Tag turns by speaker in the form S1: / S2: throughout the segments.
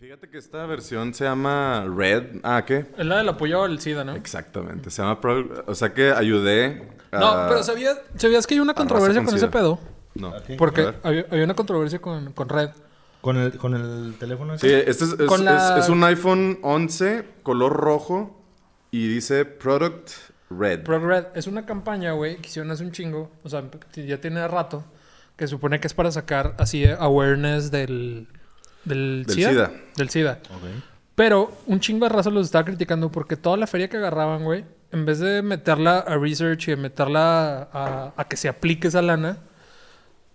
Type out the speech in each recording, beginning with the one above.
S1: Fíjate que esta versión se llama Red. Ah, ¿qué?
S2: Es la del apoyado del SIDA, ¿no?
S1: Exactamente. Se llama. Pro- O sea que ayudé. a-
S2: No, pero ¿sabías, ¿sabías que hay
S1: Ah,
S2: una controversia
S1: con
S2: con ese
S1: SIDA.
S2: pedo?
S1: No. A
S2: Porque
S1: ver.
S2: había, había una controversia con, con Red.
S3: Con el, con el teléfono
S1: Sí,
S3: ese.
S1: este es, es-
S2: Con la-
S1: es- es un iPhone 11 color rojo y dice Product Red.
S2: Pero Red es una campaña, güey, que hicieron hace un chingo. O sea, ya tiene rato. Que se supone que es para sacar así awareness del... Del,
S1: Del
S2: SIDA,
S1: SIDA.
S2: Del SIDA.
S3: Ok.
S2: Pero un chingo de raza los estaba criticando porque toda la feria que agarraban, güey, en vez de meterla a research y de meterla a, a que se aplique esa lana,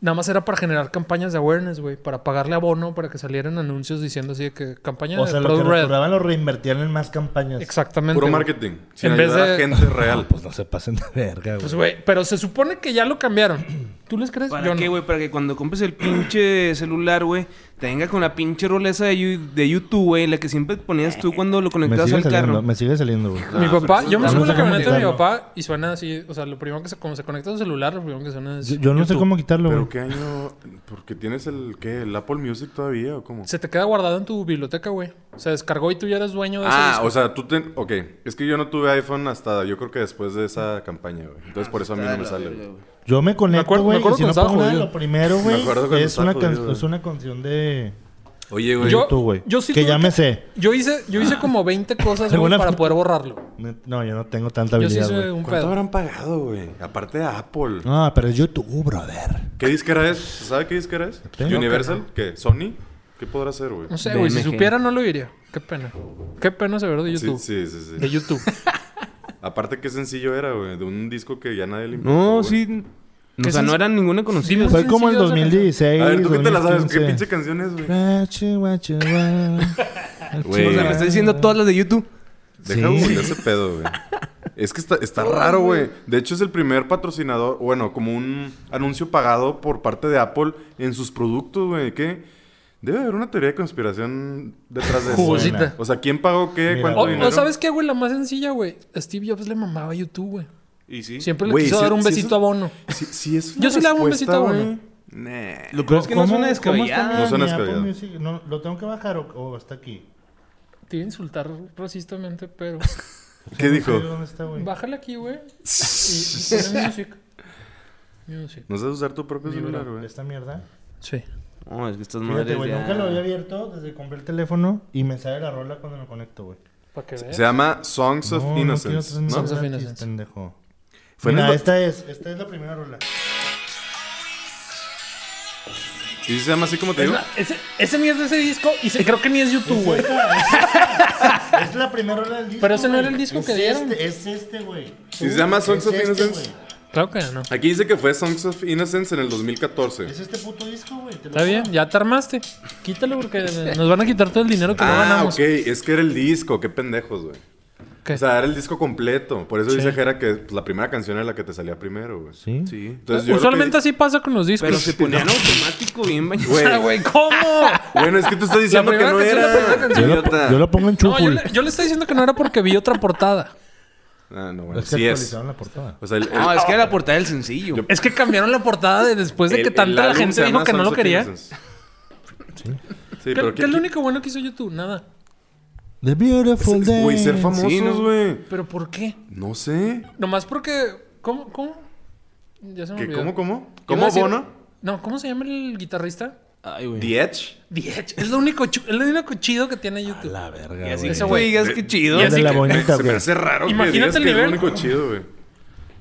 S2: nada más era para generar campañas de awareness, güey, para pagarle abono, para que salieran anuncios diciendo así de que campaña
S3: O
S2: de
S3: sea, lo que
S2: Product Red.
S3: recuperaban lo reinvertían en más campañas.
S2: Exactamente.
S1: Puro
S2: güey.
S1: marketing. Sin
S2: En vez
S1: ayudar a
S2: de-
S1: gente real.
S3: Pues no se pasen de verga,
S2: Pues,
S3: güey.
S2: güey, pero se supone que ya lo cambiaron. ¿Tú les crees?
S4: ¿Para
S2: Yo
S4: qué,
S2: no.
S4: güey? Para que cuando compres el pinche celular, güey, te venga con la pinche rola esa de, Yu- de YouTube, güey, la que siempre ponías tú cuando lo
S3: me
S4: conectabas
S3: sigue
S4: al
S3: saliendo,
S4: carro.
S3: me sigue saliendo, güey.
S2: Mi papá, yo me
S3: no
S2: subo a la
S3: sé cómo
S2: camioneta de mi
S3: quitarlo.
S2: papá y suena así, o sea, lo primero que se, como se conecta a su celular, lo primero que suena es...
S3: Yo, yo no sé
S2: YouTube.
S3: cómo quitarlo,
S1: ¿Pero
S3: güey.
S1: qué año? Porque tienes el, ¿qué? ¿El Apple Music todavía o cómo?
S2: Se te queda guardado en tu biblioteca, güey. Se descargó y tú ya eres dueño de ese
S1: Ah,
S2: disco.
S1: o sea, tú ten... Ok, es que yo no tuve iPhone hasta yo creo que después de esa campaña, güey. Entonces por eso a mí no me sale. güey.
S3: Yo me
S2: Me acuerdo-
S3: conecto,
S2: me
S3: güey, y
S2: acuerdo
S3: si
S2: cuando
S3: no
S2: estaba
S3: pongo nada,
S2: jodido.
S3: lo primero, güey,
S1: acuerdo cuando
S3: es
S1: estaba
S3: una, can-
S1: jodido, güey.
S3: es una canción de...
S1: Oye, güey.
S2: Yo-
S3: tú, güey.
S2: yo sí
S3: Que
S2: tuve
S3: ya
S2: que-
S3: me sé.
S2: Yo hice, yo hice como 20 cosas güey,
S3: Alguna-
S2: para poder borrarlo.
S3: Me- No, yo no tengo tanta
S2: Yo sí
S3: habilidad,
S2: hice
S3: güey.
S2: un
S1: ¿Cuánto
S2: pedo.
S1: habrán pagado, güey? Aparte de Apple.
S3: No, pero es YouTube, brother.
S1: ¿Qué disquera es? ¿Se ¿Sabe qué disquera es?
S3: Sí.
S1: ¿Universal? ¿Qué? ¿Sony? ¿Qué podrá ser, güey?
S2: No sé, güey. Si
S4: BMG.
S2: supiera, no lo diría. Qué pena. Qué pena saber de
S1: Sí,
S2: YouTube.
S1: sí, sí.
S2: De
S1: sí.
S2: YouTube.
S1: Aparte, qué sencillo era, güey. De un disco que ya nadie le importó,
S4: No,
S1: güey.
S4: sí.
S2: ¿Qué
S4: O sea,
S2: es
S4: no
S2: eso?
S4: eran ninguna conocida.
S2: Dime-
S3: Fue como el
S2: sencillo esa
S3: 2016,
S1: A ver, ¿tú qué te la sabes? ¿Qué
S3: 2015.
S1: pinche canción es, güey?
S3: Guachu, guachu, guau.
S1: Güey.
S4: O sea, me está diciendo todas las de YouTube.
S1: Deja
S3: Sí.
S1: googlear ese pedo, güey. Es que está, está raro, güey. De hecho, es el primer patrocinador, bueno, como un anuncio pagado por parte de Apple en sus productos, güey. ¿Qué? Debe haber una teoría de conspiración detrás de eso. güey.
S2: Jugosita.
S1: O sea, ¿quién pagó qué?
S3: Mira,
S1: ¿Cuánto
S2: O,
S3: güey.
S1: dinero?
S2: o sabes qué, güey, la más sencilla, güey. Steve Jobs le mamaba a YouTube, güey.
S4: Y sí.
S2: Siempre le
S1: Güey,
S2: quiso
S1: sí-
S2: dar un
S1: sí
S2: besito
S1: eso-
S2: a Bono.
S1: Sí, sí, es una
S2: Yo sí le hago un
S1: respuesta,
S2: besito a uno.
S1: güey. Nah.
S4: Lo peor es que no
S3: ¿Cómo- cómo
S4: suena
S3: está
S4: descabellada.
S1: No suena
S3: mi Apple
S1: descabellado.
S3: Music? No, ¿Lo tengo que bajar o, o está aquí?
S2: Te iba a insultar racistamente, pero.
S1: ¿Qué
S3: No
S1: dijo?
S3: sé dónde está, güey.
S2: Bájale aquí, güey. Y, y ponle music. Music.
S1: No sabes usar tu propio
S2: Ni
S1: celular,
S2: bro.
S1: güey.
S3: Esta mierda.
S2: Sí.
S4: No, es que estas
S3: Fíjate,
S4: madres
S3: güey,
S4: ya-
S3: nunca lo había abierto desde que compré el teléfono y me sale la rola cuando lo conecto, güey.
S2: Para que veas.
S1: Se llama Songs of
S3: No, no
S1: Innocence,
S3: quiero
S1: ¿no?
S3: tener
S2: Sons of
S3: gratis,
S2: Innocence.
S3: pendejo.
S1: Fue en
S3: Mira,
S1: el-
S3: esta es, esta es la primera rola.
S1: ¿Y se llama así como te
S2: Es
S1: digo?
S2: la- ese, ese ni es de ese disco y se- creo que ni es YouTube, güey.
S3: Es la primera rola del disco.
S2: Pero ese no era
S3: güey.
S2: el disco
S3: Es
S2: que dieron.
S3: Este, es este, güey.
S1: se llama Songs
S3: Es
S1: of
S3: este,
S1: Innocence.
S3: güey.
S2: Claro que no.
S1: Aquí dice que fue Songs of Innocence en el 2014.
S3: Es este puto disco, güey. te lo
S2: Está bien,
S3: juro.
S2: ya te armaste. Quítalo porque nos van a quitar todo el dinero que no
S1: Ah,
S2: ganamos.
S1: ok. Es que era el disco. Qué pendejos, güey.
S2: ¿Qué?
S1: O sea, era el disco completo. Por eso dice Jera que pues, la primera canción era la que te salía primero, güey.
S3: Sí.
S4: Sí.
S1: Entonces, yo
S2: Usualmente
S1: creo
S2: así pasa con los discos.
S4: Pero se ponían automático bien bañado.
S1: Güey.
S2: Ah, güey, ¿cómo?
S1: que- Bueno, es que tú estás diciendo que
S2: primera
S1: no
S2: canción, la primera
S1: era.
S2: canción.
S3: Yo lo, yo lo pongo en
S2: No, yo
S3: chuful.
S2: le, yo le estoy diciendo que no era porque vi otra portada.
S1: Ah, no, bueno,
S3: Es que
S1: sí es.
S3: actualizaron la portada.
S1: O sea, el, el-
S2: Ah,
S4: No, es que era la portada del sencillo.
S1: Yo-
S2: Es que cambiaron la portada de después de
S1: el-
S2: que
S1: el
S2: tanta la
S1: álbum
S2: gente
S1: se
S2: dijo
S1: llama
S2: que no lo
S1: Songs of
S2: quería. ¿Qué,
S1: Innocence. Sí, pero
S2: qué es lo
S1: ¿qué-
S2: único bueno que hizo YouTube? Nada.
S3: The Beautiful Day.
S1: Güey, ser
S4: Sí,
S1: famosos,
S4: ¿no?
S1: güey.
S2: ¿Pero por qué?
S1: No sé.
S2: Nomás porque... ¿Cómo? ¿Cómo? Ya se me
S1: ¿Qué,
S2: olvidó.
S1: ¿Cómo, cómo?
S2: Iba a
S1: ¿Cómo
S2: decir-
S1: Bono?
S2: No, ¿cómo se llama el guitarrista?
S4: Ay, güey.
S1: The Edge.
S2: Diech. Es lo único, chu- es lo único chido que tiene YouTube.
S3: La verga,
S4: Y así
S3: güey.
S4: que tú digas que chido.
S3: De la
S1: Se
S3: bonita,
S1: me
S3: güey.
S1: hace raro
S2: Imagínate
S1: que digas
S2: el
S1: que es lo
S2: nivel.
S1: único chido, güey.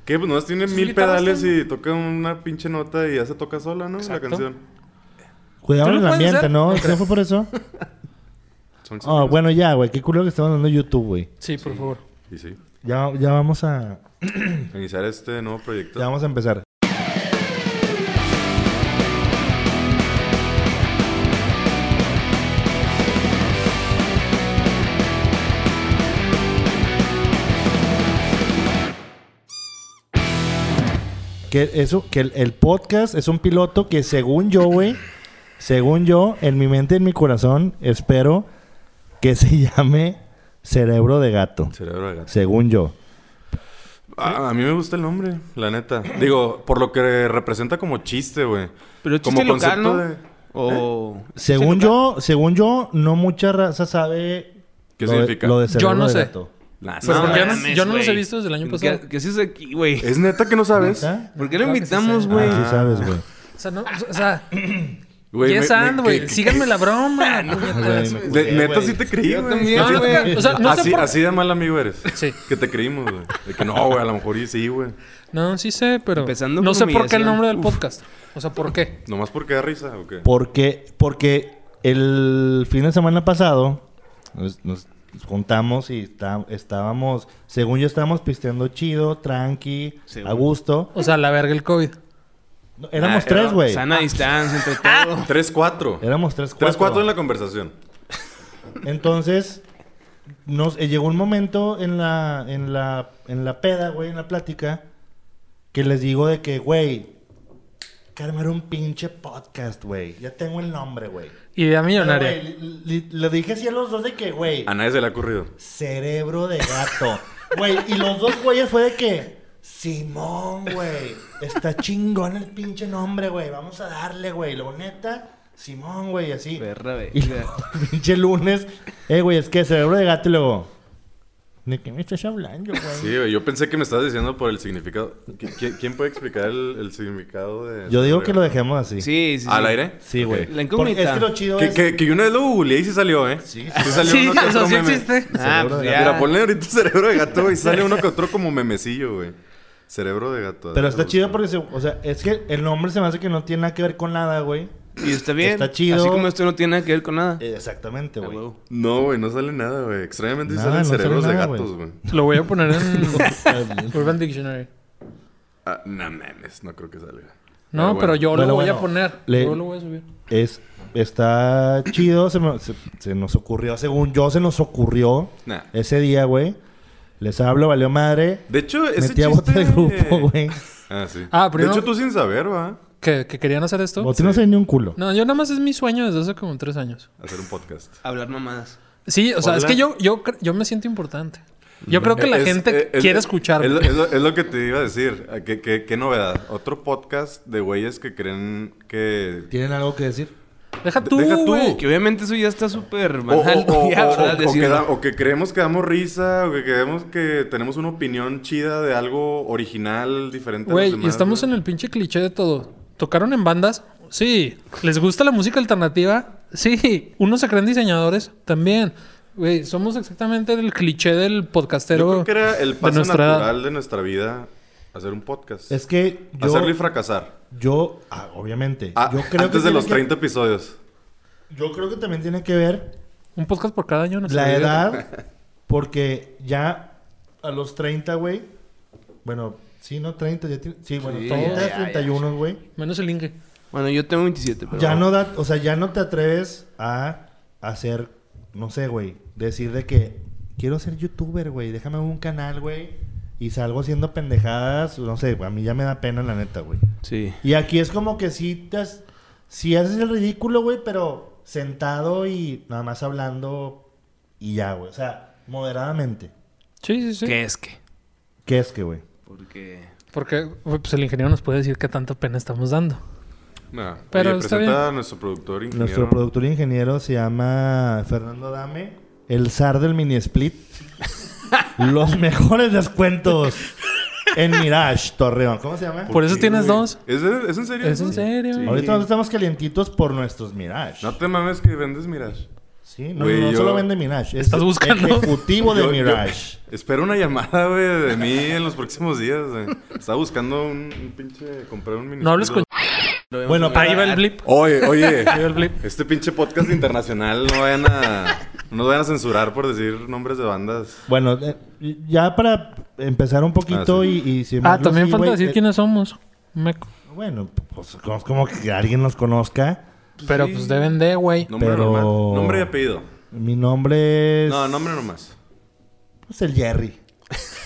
S1: ¿Qué? Pues nomás tiene
S2: Sus
S1: mil
S2: guitarras
S1: pedales
S2: tienen-
S1: y toca una pinche nota y ya se toca sola, ¿no?
S2: Exacto.
S1: La canción.
S3: Cuidado
S2: ¿Tú lo
S3: el
S2: puedes
S3: ambiente,
S2: hacer?
S3: ¿no? ¿No fue por eso?
S1: Son-
S3: Ah, bueno, ya, güey. Qué culo que estamos hablando de YouTube, güey.
S2: Sí, por favor.
S1: Y sí.
S3: Ya, ya vamos a...
S1: Iniciar este nuevo proyecto.
S3: Ya vamos a empezar. Que eso, que el, el podcast es un piloto que según yo, güey, según yo, en mi mente, en mi corazón, espero que se llame Cerebro de Gato.
S1: Cerebro de gato.
S3: Según yo.
S1: Ah, a mí me gusta el nombre, la neta. Digo, por lo que representa como chiste, güey.
S4: Pero
S1: como
S4: chiste local, ¿no?
S1: de-
S4: O...
S3: Según yo, según yo, no mucha raza sabe
S1: ¿Qué
S3: lo de-
S1: significa?
S3: lo de
S2: Yo
S3: cerebro
S2: no
S3: de
S2: sé.
S3: gato.
S1: Nah,
S2: Pues
S1: no,
S2: porque yo no-
S1: mames.
S2: yo no los he
S4: güey.
S2: visto desde el año
S4: ¿Qué-
S2: pasado.
S4: ¿Qué haces aquí,
S3: Eh,
S4: güey?
S1: Es neta que no sabes.
S3: ¿Está?
S4: ¿Por qué lo
S2: Claro que sí
S4: invitamos,
S2: sé.
S4: Ah, güey?
S3: Ah, sí sabes, güey.
S2: O sea, no, o sea,
S1: Güey,
S2: yes
S1: me- me-
S2: and, güey.
S1: que- que- Ah,
S2: Síganme la broma.
S3: Güey,
S2: puñetas.
S3: me
S1: de-
S3: culé,
S1: neta
S3: güey.
S1: sí te creí,
S4: Yo
S1: güey.
S4: también,
S2: No, no,
S1: Así-
S2: no, o sea, no sé
S1: así,
S2: por-
S1: así de mal amigo eres.
S2: Sí.
S1: Que te creímos, güey. De que no, güey, a lo mejor y sí, güey.
S2: No, sí sé, pero
S4: Empezando
S2: no
S4: con
S2: sé por qué el
S4: humillación.
S2: nombre del podcast. O sea, ¿por qué?
S1: ¿Nomás porque da risa o qué?
S3: Porque, porque el fin de semana pasado nos, nos juntamos y está- estábamos, según yo estábamos pisteando chido, tranqui,
S4: Según.
S3: a gusto.
S2: O sea, la verga el COVID.
S3: No, éramos
S1: Ah,
S3: tres,
S1: era-
S3: güey.
S4: Sana distancia entre todo.
S1: 3-4.
S3: Éramos tres, cuatro.
S1: 3-4 en la conversación.
S3: Entonces, nos, eh, llegó un momento en la, en la, en la peda, güey, en la plática, que les digo de que, güey, que armar un pinche podcast, güey. Ya tengo el nombre, güey.
S2: Idea
S3: Pero,
S2: millonaria.
S3: güey, li- li- Lo dije así a los dos de que, güey.
S1: A nadie se le ha ocurrido.
S3: Cerebro de gato. Güey, y los dos güeyes fue de que. Simón, güey. Está chingón el pinche nombre, güey. Vamos a darle, güey. Lo neta, Simón, güey, y así.
S4: Perra, güey.
S3: Y luego, pinche lunes. Eh, güey, es que cerebro de gato y luego. ¿De qué me estás hablando, güey?
S1: Sí, güey. Yo pensé que me estabas diciendo por el significado. ¿Qui- qui- ¿Quién puede explicar el, el significado de.?
S3: Yo digo que lo dejemos así.
S4: Sí, sí, sí.
S1: ¿Al aire?
S3: Sí, güey.
S4: La
S3: Porque
S4: incógnita.
S3: Es que lo chido
S1: Que,
S3: es.
S1: que, que yo una vez lo googleé y sí salió, ¿eh?
S3: Sí,
S1: Sí salió
S2: Sí,
S1: uno que
S2: o sea,
S1: otro
S2: sí
S1: meme.
S2: existe.
S4: Ah,
S3: Seguro
S4: pues
S3: de
S4: ya.
S1: Mira, ponle ahorita cerebro de gato y sale uno que otro como memecillo, güey. Cerebro de gato.
S3: Pero está chido porque, se- o sea, es que el nombre se me hace que no tiene nada que ver con nada, güey.
S4: Y está bien.
S3: Está chido.
S4: Así como esto no tiene nada que ver con nada.
S3: Eh, Exactamente,
S4: Ah,
S3: güey.
S4: huevo.
S1: No, güey, no sale nada, güey. Extrañamente sí salen
S3: Nada, no sale
S1: cerebros de
S3: nada,
S1: gatos,
S3: güey.
S1: güey.
S2: Lo voy a poner en Urban Dictionary.
S1: Ah, no mames, no creo que salga.
S2: No, pero,
S1: bueno.
S2: yo
S3: Bueno,
S2: lo voy
S3: bueno.
S2: a poner.
S3: Le-
S2: Yo lo voy a subir.
S3: Es, está chido, se, me- se- se nos ocurrió, según yo se nos ocurrió
S1: Nah.
S3: ese día, güey. Les hablo, valió madre.
S1: De hecho, ese
S3: Metí a
S1: chiste...
S3: bote de grupo, güey.
S1: Ah, sí.
S2: Ah,
S1: de
S2: primero-
S1: hecho, tú sin saber, va.
S2: ¿Que, que querían hacer esto?
S3: Bote no sé ni un culo.
S2: No, yo nada más es mi sueño desde hace como tres años.
S1: Hacer un podcast.
S4: Hablar mamadas.
S2: Sí, o sea, es
S1: Hola.
S2: que yo, yo, cre- yo me siento importante. Yo creo que la
S1: Es-
S2: gente
S1: eh, es-
S2: quiere escuchar.
S1: Es, lo- es lo, es lo que te iba a decir. Ah, ¿Qué, qué, qué novedad? Otro podcast de güeyes que creen que...
S3: ¿Tienen algo que decir?
S2: Deja tú,
S1: deja tú.
S2: güey.
S4: Que obviamente eso ya está súper
S1: O, o-
S4: banal.
S1: o-
S4: ya,
S1: o-
S4: ¿verdad?
S1: o que
S4: Decirlo.
S1: da- o que creemos que damos risa, o que creemos que tenemos una opinión chida de algo original, diferente. a los
S2: Güey, y
S1: demás,
S2: estamos
S1: güey.
S2: en el pinche cliché de todo. ¿Tocaron en bandas? Sí. ¿Les gusta la música alternativa? Sí. ¿Unos se creen diseñadores? También. Güey, somos exactamente el cliché del podcastero.
S1: Yo creo que era el
S2: de
S1: paso
S2: nuestra edad.
S1: natural de nuestra vida hacer un podcast.
S3: Es que yo...
S1: Hacerlo y fracasar.
S3: Yo, ah, obviamente.
S1: Ah,
S3: yo creo
S1: antes
S3: que
S1: de
S3: tiene
S1: los
S3: que-
S1: 30 episodios.
S3: yo creo que también tiene que ver
S2: Un podcast por cada año. no
S3: la
S2: sé.
S3: edad. Porque ya a los 30, güey. Bueno, sí, ¿no? 30. Ya tiene- sí, bueno,
S4: Sí,
S3: 30,
S4: ya, ya,
S3: 31, güey.
S2: Menos el Inge.
S4: Bueno, yo tengo 27, pero...
S3: Ya no da, o sea, ya no te atreves a hacer, no sé, güey, decir de que quiero ser youtuber, güey, déjame un canal, güey, y salgo haciendo pendejadas, no sé, a mí ya me da pena la neta, güey.
S4: Sí.
S3: Y aquí es como que si te has- sí haces el ridículo, güey, pero sentado y nada más hablando y ya, güey, o sea, moderadamente.
S2: Sí, sí, sí.
S4: ¿Qué es que?
S3: ¿Qué es que, güey?
S4: Porque...
S2: Porque güey, pues, el ingeniero nos puede decir qué tanta pena estamos dando.
S1: No.
S2: Pero
S1: Oye,
S2: está
S1: presenta
S2: bien.
S1: a nuestro productor ingeniero.
S3: Nuestro productor ingeniero se llama Fernando Dame, el zar del mini split. Los mejores descuentos en Mirage, Torreón. ¿Cómo se llama?
S2: Por eso
S1: Sí,
S2: tienes
S1: güey.
S2: dos.
S1: ¿Es, de- es en serio?
S2: ¿Es en serio?
S1: Sí.
S3: Ahorita nosotros estamos calientitos por nuestros Mirage.
S1: No te mames que vendes Mirage.
S3: Sí, no,
S1: Güey,
S3: no
S1: yo-
S3: solo vende Mirage. Es
S2: Estás buscando.
S3: Ejecutivo de
S1: Yo- yo-
S3: Mirage.
S1: Espero una llamada, güey, de mí en los próximos días, güey. Estaba buscando un, un pinche... Comprar un mini...
S2: No hables con...
S3: Bueno,
S2: Ahí va el blip.
S1: Oye, oye.
S2: Ahí va el blip.
S1: este pinche podcast internacional no vayan a... No nos vayan a censurar por decir nombres de bandas.
S3: Bueno, eh, ya para empezar un poquito
S1: Ah,
S3: y, y si
S2: Ah,
S3: más
S2: también
S3: así,
S2: falta
S3: güey,
S2: decir
S3: eh,
S2: quiénes somos. Meco.
S3: Bueno, pues como- como que alguien nos conozca.
S2: Pero pues deben de, güey.
S1: Nombre
S3: Pero-
S1: normal. Nombre y apellido.
S3: Mi nombre es.
S1: No, nombre nomás.
S3: Pues el Jerry.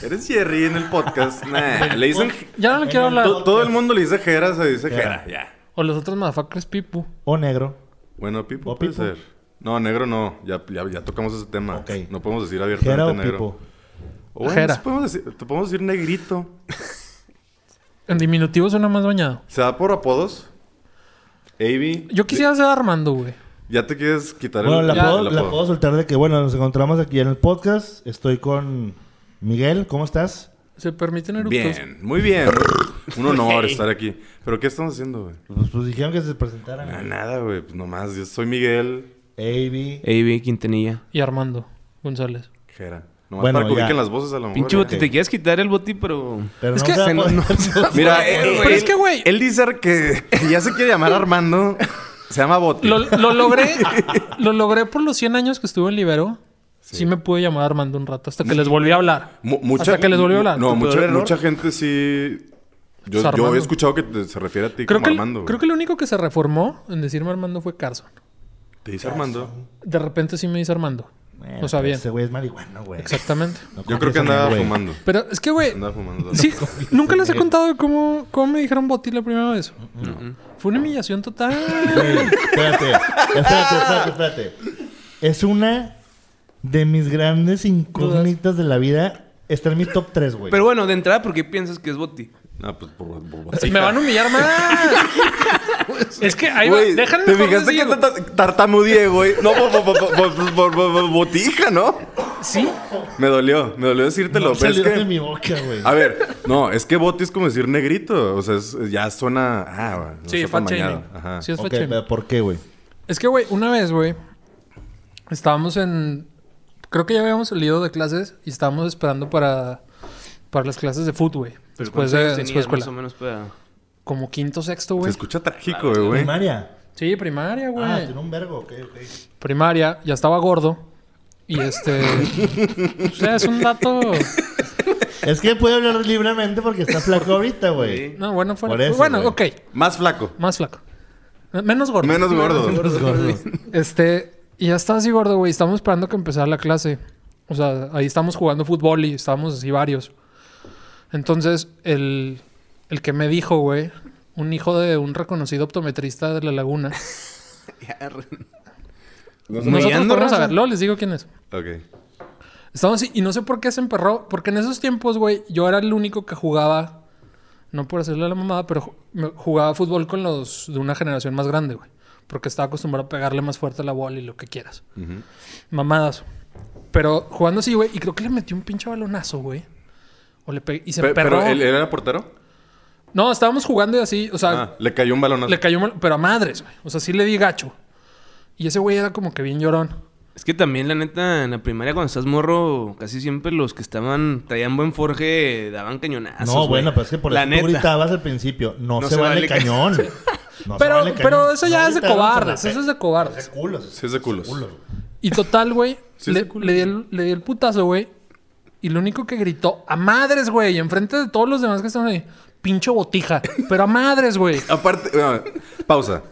S1: ¿Eres Jerry en el podcast? Nah, Ah, le dicen...
S2: Ya no le quiero hablar.
S1: to- Todo el mundo le dice Jera, se dice
S3: Jera.
S1: Jera, ya.
S2: O los otros motherfuckers Pipu.
S3: O negro.
S1: Bueno, Pipo
S3: ¿O
S1: puede
S3: Pipo?
S1: ser. No, negro no. Ya, ya, ya tocamos ese tema.
S3: Ok.
S1: No podemos decir
S3: Jera
S1: abiertamente
S3: o
S1: negro.
S3: Pipo.
S1: O bueno,
S2: Jera.
S1: sí podemos decir, te podemos decir negrito.
S2: En diminutivo suena más bañado.
S1: ¿Se da por apodos? Avi,
S2: Yo quisiera ser Armando, güey.
S1: ya te quieres quitar
S3: Bueno,
S1: el,
S3: la,
S1: el
S3: puedo, la
S1: apodo.
S3: puedo soltar de que, bueno, nos encontramos aquí en el podcast. Estoy con Miguel. ¿Cómo estás?
S2: ¿Se permiten eructos?
S1: Bien, muy bien. Un honor estar aquí. ¿Pero qué estamos haciendo, güey?
S3: Pues, pues dijeron que se
S1: Nada,
S3: presentaran.
S1: nada, güey. Pues nomás, yo soy Miguel
S3: Avi.
S4: AB Quintanilla.
S2: Y Armando González.
S1: Jera. Nomás
S3: Bueno,
S1: para que
S3: ya.
S1: ubiquen las voces a lo mejor.
S4: Pinche
S1: ya.
S4: boti, te quieres quitar el boti, pero.
S3: Pero
S2: Es
S3: no
S2: que-
S3: se va a
S2: no,
S3: poder.
S1: Mira,
S4: Pero
S1: eh,
S2: es que, güey-
S1: Él dice que, que ya se quiere llamar Armando. Se llama Boti.
S2: Lo, lo logré. lo logré por los 100 años que estuve en Libero. Sí. me pude llamar Armando un rato hasta que les volví a hablar.
S1: Mu- mucha,
S2: hasta que les volví a hablar.
S1: No,
S2: Tu peor
S1: mucha,
S2: error.
S1: mucha gente sí.
S2: Es
S1: Yo, yo
S2: Armando.
S1: he escuchado que te- se refiere a ti
S2: Creo
S1: como
S2: que, el-
S1: Armando. güey.
S2: creo que lo único que se reformó en decirme Armando fue Carson.
S1: Te dice Armando.
S2: De repente sí me dice Armando.
S3: Bueno,
S2: o sea, bien.
S3: Eh, pues Ese güey es marihuana, güey.
S2: Exactamente.
S3: No
S1: Yo creo
S3: confíes
S1: que
S3: en él,
S1: andaba
S3: güey.
S1: fumando.
S2: Pero es que, güey,
S1: Andaba fumando.
S2: Sí, nunca les he contado de cómo, cómo me dijeron Boti la primera vez. Fue una humillación total.
S3: Güey, espérate, espérate, espérate, espérate. Es una de mis grandes incógnitas de la vida. Está en mi top 3, güey.
S4: Pero bueno, de entrada, ¿por qué piensas que es boti?
S1: Ah, pues por, por
S2: Me van a humillar más. es que ahí va.
S1: Güey,
S2: Déjenme.
S1: ¿Te
S2: mejor
S1: fijaste que
S2: les digo.
S1: tata- tartamudeé, güey? No, por, por- por- por- por- por- por- por botija, ¿no?
S2: Sí.
S1: Me dolió, me dolió decírtelo.
S3: No
S1: pero es
S3: salió de
S1: que...
S3: mi boca, güey.
S1: A ver, no, es que boti es como decir negrito. O sea, es- ya suena. Ah, bueno, no
S2: Sí,
S1: está
S2: fat
S1: tan
S2: shaming.
S1: mañado. Ajá.
S2: Sí, es
S3: Ok,
S2: fat shaming.
S3: pero ¿por qué, güey?
S2: Es que, güey, una vez, güey, estábamos en. Creo que ya habíamos salido de clases y estábamos esperando para, para las clases de fútbol, güey. Después de, después de
S4: ¿Cuántos años tenías,
S2: escuela.
S4: más o menos para.
S2: Como quinto, sexto,
S1: Se
S2: güey.
S1: escucha trágico, güey. güey.
S3: Primaria.
S2: Sí, primaria, güey.
S3: Ah, tiene un vergo, ok, ok.
S2: primaria, ya estaba gordo. Y este. o sea, es un dato.
S3: Es que puede hablar libremente porque está flaco ahorita, güey.
S2: No, bueno, fuera.
S3: Por eso,
S2: bueno,
S3: güey.
S2: ok.
S1: Más flaco.
S2: Más flaco. Eh, Menos gordo.
S1: Menos gordo.
S3: Los gordos.
S2: Este. Y ya estaba así gordo, güey. Estamos esperando que empezara la clase. O sea, ahí estamos jugando fútbol y estábamos así varios. Entonces, el, el que me dijo, güey, un hijo de un reconocido optometrista de la laguna. Nosotros
S4: Humillando,
S2: podemos
S4: raza.
S2: saberlo, les digo quién es.
S1: Ok.
S2: Estamos así, y no sé por qué se emperró, porque en esos tiempos, güey, yo era el único que jugaba, no por hacerle la mamada, pero ju- me- jugaba fútbol con los de una generación más grande, güey. Porque estaba acostumbrado a pegarle más fuerte a la bola y lo que quieras. Mamadas. Pero jugando así, güey, y creo que le metí un pinche balonazo, güey. O le pegué, y se
S1: Pe-
S2: emperró.
S1: ¿Pero él, él era portero?
S2: No, estábamos jugando y así, o sea,
S1: Ah, le cayó un balonazo.
S2: le cayó, mal- pero a madres, güey. O sea, sí le di gacho. Y ese güey era como que bien llorón.
S4: Es que también, la neta, en la primaria, cuando estás morro, casi siempre los que estaban, traían buen forje, daban cañonazos.
S3: No,
S4: güey.
S3: bueno, pero es que por
S4: la
S3: eso
S4: neta.
S3: tú gritabas al principio. No, se, vale, cañón. No se
S2: pero,
S3: vale
S2: pero
S3: cañón.
S2: eso ya
S3: No
S2: es de
S3: gritaron,
S2: cobardes,
S3: se la
S2: eso es
S3: pe-
S2: de cobardes.
S3: Es de culos.
S1: Sí, es de culos.
S2: Y total, güey,
S1: Sí,
S2: le,
S1: sí, culo.
S2: le di el, le di el putazo, güey. Y lo único que gritó, a madres, güey, enfrente de todos los demás que estaban ahí, pincho botija, pero a madres, güey.
S1: Aparte, bueno, pausa.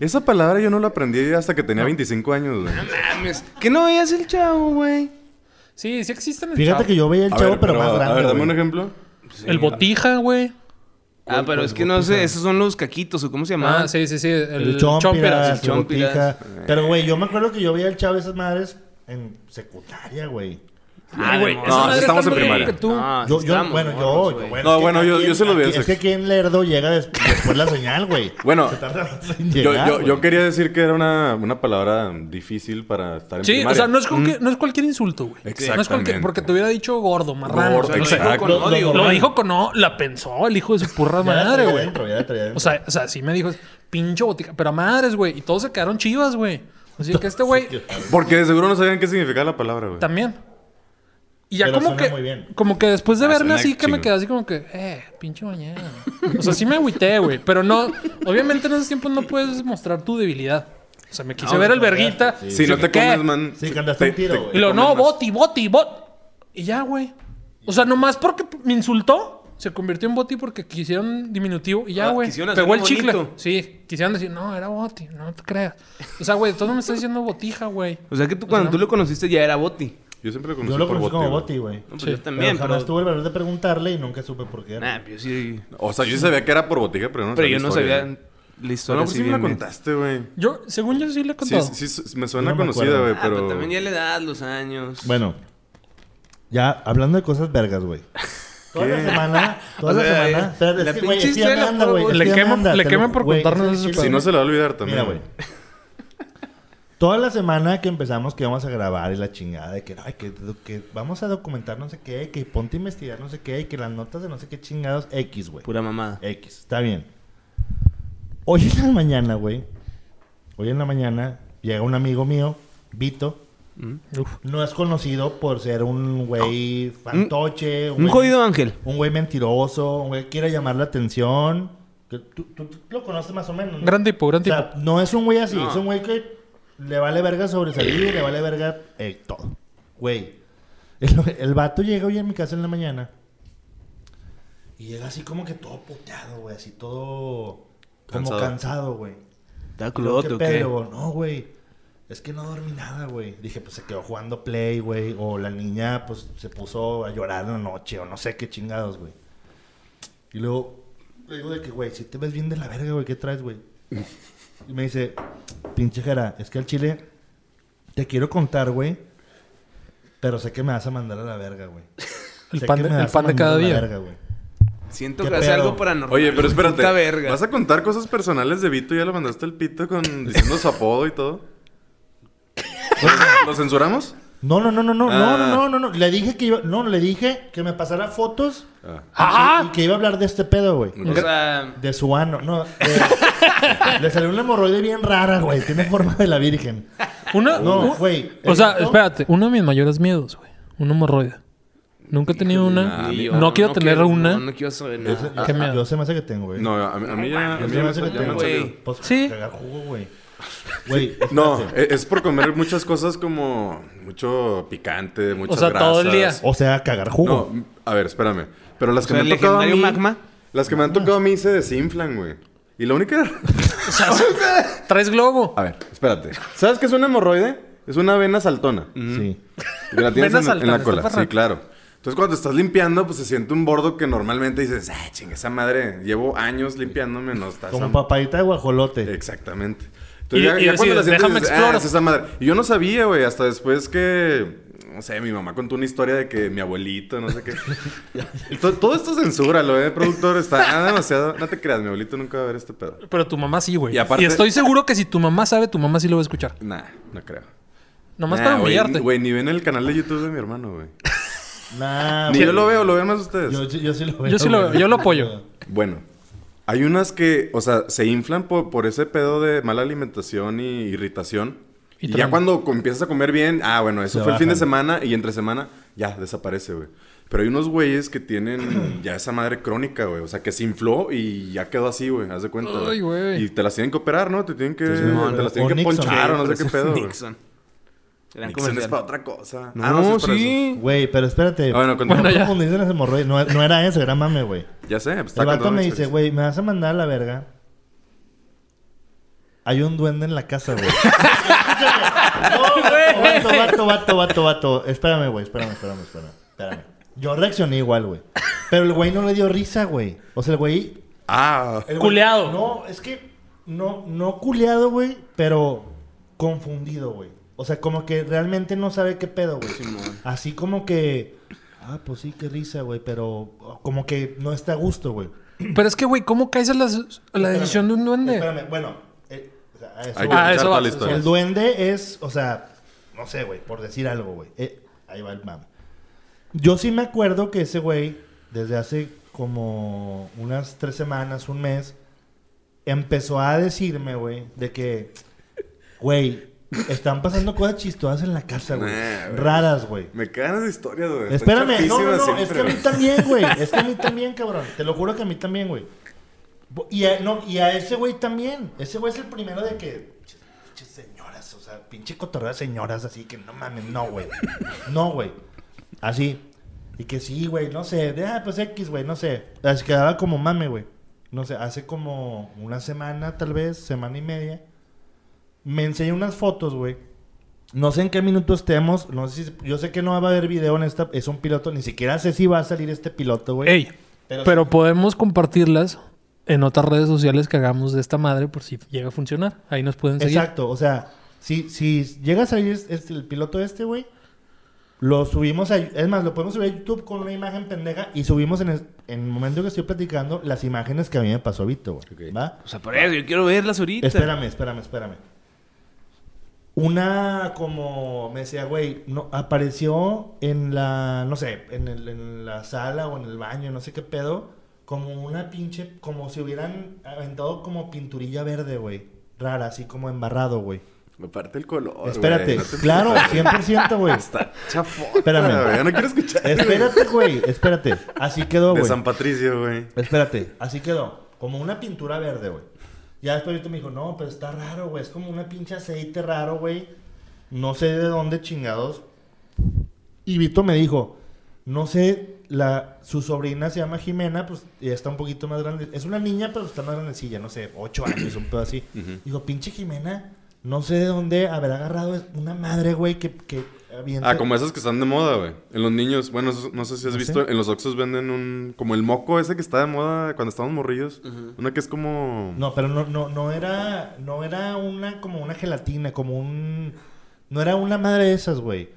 S1: Esa palabra yo no la aprendí hasta que tenía 25 años, güey.
S4: Mames, ¿Qué no veías el chavo, güey?
S2: Sí, sí existen. el
S3: Fíjate
S2: chavo.
S3: que yo veía el
S1: A
S3: chavo,
S1: ver,
S3: pero más grande.
S1: A ver, dame
S3: güey.
S1: un ejemplo.
S2: El botija, güey.
S4: Ah, pero
S1: pues
S4: es que no sé, esos son los caquitos, o cómo se llamaban.
S2: Ah, sí, sí, sí. El,
S3: El
S2: chomperas.
S3: chompiras,
S4: el
S3: el
S4: chompiras.
S3: botija. Pero, güey, yo me acuerdo que yo veía el chavo de esas madres en secundaria, güey.
S4: Ah,
S2: Ay, güey,
S4: de
S2: esa
S4: morro.
S1: no,
S2: madre
S1: sí
S2: está
S1: estamos en
S2: más grande
S1: primaria. Ah,
S2: que tú.
S4: No, Ah, sí
S3: Yo, yo,
S4: estábamos
S3: bueno,
S4: morros,
S3: yo, yo,
S4: güey.
S3: bueno.
S1: No,
S3: es que
S1: bueno, yo-
S3: aquí
S1: yo
S3: en-
S1: se lo vi
S3: aquí-
S1: ese.
S3: Es que aquí en Lerdo llega des- después la señal, güey.
S1: Bueno,
S3: Se tarda en
S1: Yo,
S3: llegar,
S1: yo, yo
S3: güey.
S1: quería decir que era una, una palabra difícil para estar en
S2: Sí,
S1: primaria. Mm.
S2: o sea, no es, con que- no es cualquier insulto, güey. No es cualquier,
S1: Exactamente.
S2: porque te hubiera dicho gordo, marrano.
S1: Gordo,
S2: o sea, no sé.
S1: exacto.
S4: Lo- lo-
S2: Lo dijo con no, la pensó el hijo de su purra
S3: Ya la
S2: madre,
S3: traía
S2: güey.
S3: adentro, ya la traía adentro.
S2: O sea, o sea, sí me dijo, pincho botica, pero a madres, güey. Y todos se quedaron chivas, güey. Así que este güey
S1: Porque de seguro no sabían qué significaba la palabra, güey.
S2: también. Y ya
S3: Pero
S2: como
S3: suena
S2: que,
S3: muy bien.
S2: como que después de
S1: Ah,
S2: verme
S1: suena
S2: así, que me
S1: chingón.
S2: quedé así como que, eh, pinche mañana. O sea, sí me agüité, güey. Pero no, obviamente en esos tiempos no puedes mostrar tu debilidad. O sea, me quise ver el verguita.
S1: Si no te
S2: ¿qué?
S1: comes, man.
S3: Sí, que andaste
S1: te-
S3: un tiro,
S1: te-
S3: güey.
S2: Y lo,
S1: te
S2: no,
S1: comes más.
S2: boti, boti, bot. Y ya, güey. O sea, nomás porque me insultó, se convirtió en boti porque quisieron diminutivo. Y ya,
S4: Ah,
S2: güey.
S4: quisieron
S2: Pegó el
S4: hacerlo
S2: chicle.
S4: bonito.
S2: Sí, quisieron decir, no, era boti, no te creas. O sea, güey, todo me está diciendo botija, güey.
S4: O sea que tú, cuando tú lo conociste ya era Boti.
S1: Yo siempre lo conocí,
S3: Yo lo
S1: por bote,
S3: conocí como
S1: güey.
S3: Boti, güey.
S4: No, pues
S2: Sí,
S4: yo también,
S3: Pero
S4: pero...
S3: jamás tuve el valor de preguntarle y nunca supe por qué era.
S4: Nah, pero yo sí...
S1: O sea, yo sí sabía que era por botija, pero yo no
S4: Pero
S1: sabía
S4: yo no
S1: pues la historia.
S4: sabía
S1: A
S4: la
S1: lo
S4: historia
S1: mejor
S4: así
S1: sí me la
S4: bien, güey. Ah,
S1: contaste, güey.
S2: Yo, según yo sí le he
S1: Sí,
S2: contado.
S1: sí, sí, me suena
S3: Yo no me
S1: conocida,
S3: acuerdo.
S1: güey,
S4: Ah,
S1: pero...
S4: pero también ya le das los años.
S3: Bueno, ya hablando de cosas vergas, güey. Toda la semana, toda
S4: O
S3: la
S4: sea,
S3: semana.
S4: eh,
S3: Pero
S4: la
S3: es que, güey,
S4: pinche
S3: es que ya
S4: historia
S3: me
S4: la
S3: anda,
S4: puro
S3: güey. es
S2: Le
S3: que ya me
S2: quema-
S3: anda,
S2: le
S3: te
S2: quema
S3: lo-
S2: por
S3: güey,
S2: contarnos
S3: es que-
S2: eso,
S3: es
S1: Si
S3: que-
S1: no se la va a olvidar también.
S3: Mira, güey. Toda la semana que empezamos que vamos a grabar y la chingada de que, ay, que, que vamos a documentar no sé qué, que ponte a investigar no sé qué, y que las notas de no sé qué chingados, X, güey.
S4: Pura mamada.
S3: X, está bien. Hoy en la mañana, güey. Hoy en la mañana llega un amigo mío, Vito.
S2: Uf.
S3: No es conocido por ser un güey fantoche.
S4: Un
S3: güey-
S4: jodido ángel.
S3: Un güey mentiroso, un güey que quiere llamar la atención. Que Tú, tú- tú lo conoces más o menos. ¿no?
S2: Gran tipo, gran
S3: O
S2: tipo.
S3: sea, no es un güey así.
S4: No.
S3: Es un güey que le vale verga sobresalir, le vale verga eh, todo. Güey. El, el vato llega hoy a mi casa en la mañana. Y llega así como que todo puteado, güey. Así todo...
S1: Cansado.
S3: Como cansado, güey.
S4: Está
S3: Pero,
S4: culote,
S3: ¿qué
S4: ¿o
S3: pedo?
S4: qué?
S3: Digo, No, güey. Es que no dormí nada, güey. Dije, pues se quedó jugando play, güey. O la niña, pues se puso a llorar en la noche. O no sé qué chingados, güey. Y luego le digo de que, güey, si te ves bien de la verga, güey, ¿qué traes, güey? Y me dice, pinche Jara, es que al chile te quiero contar, güey. Pero sé que me vas a mandar a la verga, güey.
S2: El
S3: Sé
S2: pan
S3: que
S2: de-
S3: me
S2: el
S3: vas a
S2: pan de
S3: mandar
S2: cada
S3: a la
S2: día.
S3: verga, güey.
S4: Siento
S3: ¿Qué
S4: que hace
S3: pedo?
S4: algo paranormal.
S1: Oye, pero espérate.
S4: Puta verga.
S1: ¿Vas a contar cosas personales de Vito? ¿Ya le mandaste el pito con diciendo su apodo y todo? ¿Lo censuramos?
S3: No, no, no, no, no,
S1: Ah.
S3: no, no, no, no. Le dije que iba, no, le dije que me pasara fotos
S1: Ah.
S2: ¡Ah!
S3: y que iba a hablar de este pedo, güey.
S4: O sea,
S3: De su ano, no. de- le salió una hemorroide bien rara, güey. Tiene forma de la virgen.
S2: Una,
S3: No,
S2: un-
S3: güey.
S2: O sea,
S3: ¿no?
S2: espérate, uno de mis mayores miedos, güey. Una hemorroide. Nunca he tenido una.
S1: nah,
S4: ni yo,
S2: no, quiero tener
S4: quiero-
S2: una.
S4: No, no quiero saber nada.
S3: Yo-
S2: Qué miedo.
S3: Yo se me hace que tengo, güey.
S1: No, a, a mí ya, a
S3: Yo
S1: mí ya
S3: se me
S1: me,
S3: hace
S1: ya
S3: que
S1: me han
S3: tengo,
S1: salido.
S4: güey.
S3: Pues,
S2: Sí.
S3: Cagar jugo, güey. Güey.
S1: No,
S3: espérate.
S1: e- es por comer muchas cosas como mucho picante, muchas
S2: sea, todo el
S1: grasas.
S3: O sea, cagar jugo.
S1: No, a ver, espérame. Pero las que
S4: O sea,
S1: me
S4: el
S1: han tocado a
S4: legendario
S1: mí,
S4: magma.
S1: las que me han tocado a mí se desinflan, güey. Y la única
S2: Traes globo.
S1: A ver, espérate. ¿Sabes qué es una hemorroide? Es una vena saltona.
S3: Sí.
S1: Y la tienes
S2: Vena
S1: en, en la
S2: saltona,
S1: cola.
S2: está
S1: Sí,
S2: perra.
S1: claro. Entonces, cuando te estás limpiando, pues se siente un bordo que normalmente dices, ah, chinga, esa madre, llevo años limpiándome, no estás.
S3: Como papadita de guajolote.
S1: Exactamente. Entonces,
S2: Y-
S1: ya,
S2: y
S1: ya cuando
S2: decides,
S1: la sientes,
S2: "Déjame
S1: dices, "Ah,
S2: exploro".
S1: es esa madre. Y yo no sabía, güey, hasta después que. No sé, mi mamá contó una historia de que mi abuelito, no sé qué. Y to- todo esto censúralo, ¿eh, productor? Está demasiado. No te creas, mi abuelito nunca va a ver este pedo.
S2: Pero tu mamá sí, güey.
S1: Y aparte-
S2: Y estoy seguro que si tu mamá sabe, tu mamá sí lo va a escuchar.
S1: Nah, no creo.
S2: Nomás
S1: Nah,
S2: para
S1: Ah, güey,
S2: humillarte.
S1: Güey, ni ven el canal de YouTube de mi hermano, güey.
S2: Ah,
S3: Nah,
S1: Ni
S3: güey.
S1: yo lo veo, lo ven más ustedes.
S3: Yo, yo sí lo veo.
S2: Yo sí lo
S3: güey.
S2: veo, yo lo apoyo.
S1: Bueno, hay unas que, o sea, se inflan por, por ese pedo de mala alimentación y irritación.
S2: Y
S1: Y, ya
S2: tran-
S1: cuando com- empiezas a comer bien, ah, bueno, eso
S3: Se
S1: fue el fin de
S3: bajan.
S1: semana y entre semana ya desaparece, güey. Pero hay unos güeyes que tienen ya esa madre crónica, güey. O sea, que se infló y ya quedó así, güey. Haz de cuenta.
S2: Ay, güey.
S1: Y te las tienen que operar, ¿no? Te tienen que,
S3: Sí, sí,
S1: te las
S3: o
S1: tienen que
S3: Nixon.
S1: ponchar o no sé qué pedo, güey.
S4: Nixon. Gran
S1: Nixon es
S4: comercial.
S1: para otra cosa.
S4: No,
S1: Ah, sí es para eso.
S4: sí.
S3: Güey, pero espérate.
S1: Ah, bueno,
S3: no
S1: continúa.
S2: Bueno, ya.
S3: confundís en las hemorroides. No, no era eso, era mame, güey.
S1: Ya sé, pues está
S3: El vato
S1: contando
S3: me
S1: mi
S3: dice,
S1: experiencia.
S3: güey, me vas a mandar a la verga. Hay un duende en la casa, güey. no, vato, vato, vato, vato, vato. Espérame, güey, espérame, espérame, espérame. espérame. Yo reaccioné igual, güey. Pero el güey no le dio risa, güey. O sea, el güey...
S1: Ah,
S3: el güey-
S2: Culeado.
S3: No, es que... No, no culeado, güey, pero confundido, güey. O sea, como que realmente no sabe qué pedo, güey. Así como que... Ah, pues sí, qué risa, güey, pero... Como que no está a gusto, güey.
S2: Pero es que, güey, ¿cómo caes a las- a la decisión de un duende?
S3: Espérame, bueno. eh, o sea, a eso
S1: hay que
S3: voy.
S1: escuchar
S2: Ah, eso
S1: toda la
S2: va.
S3: O sea,
S1: historia.
S3: el duende es, o sea, no sé, güey, por decir algo, güey. Eh, ahí va el mame. Yo sí me acuerdo que ese güey, desde hace como unas tres semanas, un mes, empezó a decirme, güey, de que, güey, están pasando cosas chistosas en la casa, güey.
S1: Nah, güey.
S3: raras, güey.
S1: Me cagan las historias, güey. Están
S3: Espérame, no, no, no,
S1: chafísimas
S3: es
S1: siempre,
S3: que a mí
S1: güey.
S3: también, güey. Es que a mí también, cabrón. Te lo juro que a mí también, güey. Bo- Y a, no, y a ese güey también. Ese güey es el primero de que. "Pinches- pinches Señoras, o sea, pinche cotorreo de señoras, así que no mames, no, güey. No, güey. Así. Y que sí, güey, no sé. De, ah, pues X, güey, no sé. Se quedaba como mame, güey. No sé, hace como una semana, tal vez, semana y media. Me enseñó unas fotos, güey. No sé en qué minuto estemos. No sé si, yo sé que no va a haber video en esta. Es un piloto. Ni siquiera sé si va a salir este piloto, güey.
S2: Ey,
S3: Pero-
S2: pero podemos compartirlas en otras redes sociales que hagamos de esta madre por si llega a funcionar. Ahí nos pueden seguir.
S3: Exacto, o sea, si, si llega a salir es- este, el piloto este, güey, Lo subimos a... Es más, lo podemos subir a YouTube con una imagen pendeja y subimos en el, en el momento que estoy platicando las imágenes que a mí me pasó Vito, güey.
S1: Ok.
S3: ¿Va?
S4: O sea, por eso yo quiero verlas ahorita. Ah,
S3: Espérame, espérame, espérame. Una como me decía, güey, no, apareció en la, no sé, en, el- en la sala o en el baño, no sé qué pedo, como una pinche, como si hubieran aventado como pinturilla verde, güey. Rara, así como embarrado, güey.
S1: Aparte el color.
S3: Espérate,
S1: güey, no te-
S3: claro, 100%, güey.
S1: Está chafota.
S3: Espérame.
S1: güey, Ya no quiero escuchar. güey.
S3: Espérate, güey, espérate. Así quedó,
S1: De
S3: güey.
S1: San Patricio, güey.
S3: Espérate, así quedó. Como una pintura verde, güey. Ya después tú me dijo, no, pero está raro, güey. Es como una pinche aceite raro, güey. No sé de dónde chingados. Y Vito me dijo, no sé, la, su sobrina se llama Jimena, pues ya está un poquito más grande. Es una niña, pero está más grandecilla, no sé, ocho años, un pedo así. Digo, pinche Jimena, no sé de dónde haber agarrado es- una madre, güey, que... que avienta-
S1: Ah, como esas que están de moda, güey. En los niños, bueno, eso- no sé si has
S3: No sé.
S1: visto, en los Oxxos venden un... Como el moco ese que está de moda cuando estábamos morrillos. Una que es como...
S3: No, pero no, no, no era, no era una como una gelatina, como un, no era una madre de esas, güey.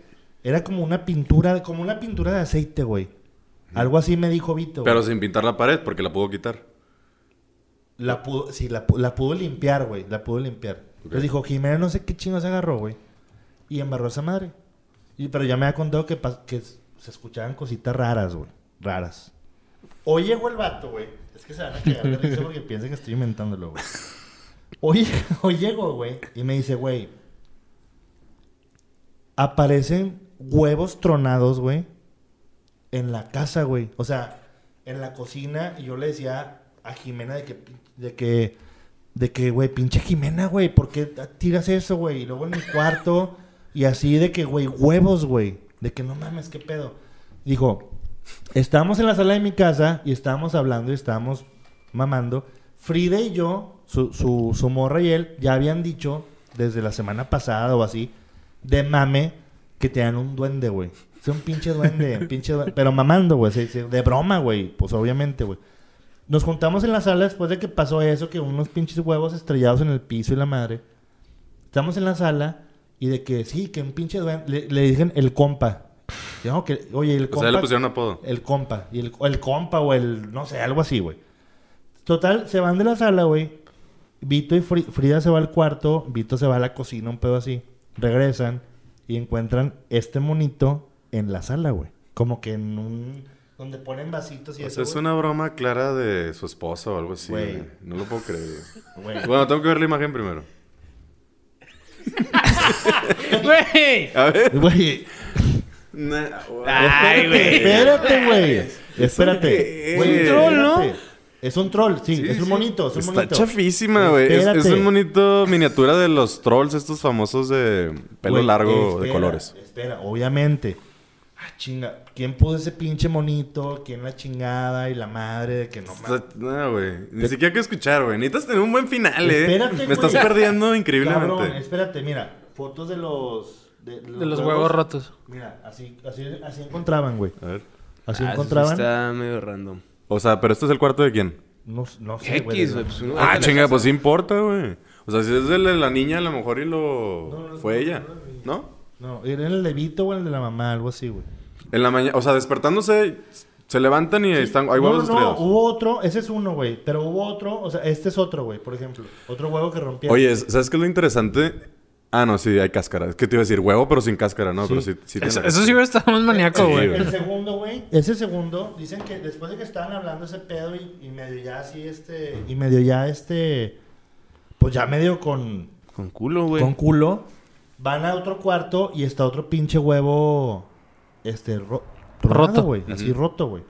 S3: Era como una pintura, como una pintura de aceite, güey. Algo así me dijo Vito.
S1: Pero
S3: güey.
S1: sin pintar la pared, porque la puedo quitar.
S3: la pudo, sí, la, pu- la pudo limpiar, güey, la pudo limpiar. Entonces dijo Jimena, no sé qué chingos agarró, güey, y embarró esa madre. Y, pero ya me ha contado que, pas- que s- se escuchaban cositas raras, güey, raras. Hoy llegó el vato, güey. Es que se van a quedar de risa porque piensan que estoy inventándolo, güey. Hoy, hoy llego, güey, y me dice, güey, aparecen huevos tronados, güey, en la casa, güey. O sea, en la cocina, y yo le decía a Jimena de que, pin- de que, de que, güey, pinche Jimena, güey, ¿por qué t- tiras eso, güey? Y luego en mi cuarto, y así de que, güey, huevos, güey. De que no mames, qué pedo. Dijo, estábamos en la sala de mi casa y estábamos hablando y estábamos mamando. Frida y yo, su, su, su morra y él, ya habían dicho desde la semana pasada o así, de mame, que te dan un duende, güey. Es un pinche duende, un pinche duende. Pero mamando, güey. sí, sí, De broma, güey. Pues obviamente, güey. Nos juntamos en la sala después de que pasó eso, que unos pinches huevos estrellados en el piso y la madre. Estamos en la sala y de que sí, que un pinche duende. Le, le dicen el compa. Yo, que, oye, el
S1: O
S3: compa.
S1: sea, le pusieron apodo.
S3: El compa. Y el, o el compa o el, no sé, algo así, güey. Total, se van de la sala, güey. Vito y Fri- Frida se va al cuarto. Vito se va a la cocina, un pedo así. Regresan y encuentran este monito en la sala, güey. Como que en un... Donde ponen vasitos y
S1: O
S3: eso,
S1: sea, es
S3: güey.
S1: una broma clara de su esposa o algo así.
S3: Güey.
S1: güey. No lo puedo creer.
S3: Güey.
S1: güey. Bueno, tengo que ver la imagen primero.
S4: ¡Güey!
S1: A ver.
S3: Güey,
S4: ¡Ay, güey!
S3: espérate, güey. Espérate.
S1: qué
S3: Güey,
S1: es?
S3: espérate.
S4: ¿Un troll, no?
S3: Es un troll, sí.
S1: Sí,
S3: es un
S1: sí.
S3: monito, es un
S1: Está
S3: monito. Eh,
S1: chafísima, güey. Es, es
S3: Espérate.
S1: un monito miniatura de los trolls estos famosos de pelo
S3: Güey,
S1: largo de
S3: espera,
S1: colores.
S3: Espera, obviamente. Ah, chinga. ¿Quién puso ese pinche monito? ¿Quién la chingada? Y la madre de que no mames.
S1: Está- No, güey. Ni siquiera que escuchar, güey. Necesitas tener un buen final, eh.
S3: Espérate,
S1: Me estás
S3: güey.
S1: perdiendo increíblemente.
S3: Cabrón, espérate, mira. Fotos de los... De los,
S2: De los huevos rotos.
S3: Mira, así, así, así encontraban, güey.
S1: A ver.
S3: Así
S4: Ah, eso sí
S3: encontraban.
S4: Está medio random.
S1: O sea, pero este es el cuarto de quién?
S3: No, no sé,
S4: X,
S3: güey. de-
S4: güey, pues, uno-
S1: Ah,
S4: de la
S1: chinga,
S4: casa.
S1: pues sí importa, güey. O sea, si es de la la niña, a lo mejor y lo.
S3: No, no,
S1: Fue
S3: no,
S1: ella.
S3: no, no,
S1: ¿No?
S3: No, era el de Vito o el de la mamá, algo así, güey.
S1: En la mañana. O sea, despertándose, se levantan y están. Hay huevos
S3: no, no,
S1: estrellados.
S3: no, hubo otro, ese es uno, güey. Pero hubo otro, o sea, este es otro, güey, por ejemplo. Otro huevo que rompieron.
S1: Oye, ¿sabes qué es lo interesante? Ah, no, sí, hay cáscara. Es que te iba a decir huevo, pero sin cáscara, ¿no?
S3: Sí.
S1: Pero sí, sí tiene
S2: Eso,
S1: la-
S2: eso sí hubiera estado más maníaco,
S1: Sí,
S2: güey.
S1: güey.
S3: El segundo, güey. Ese segundo, dicen que después de que estaban hablando ese pedo y, y medio ya así, este. Y medio ya este. Pues ya medio con.
S4: Con culo, güey.
S3: Con culo. Van a otro cuarto y está otro pinche huevo. Este, ro- tronado,
S2: Roto.
S3: güey. Así roto, güey.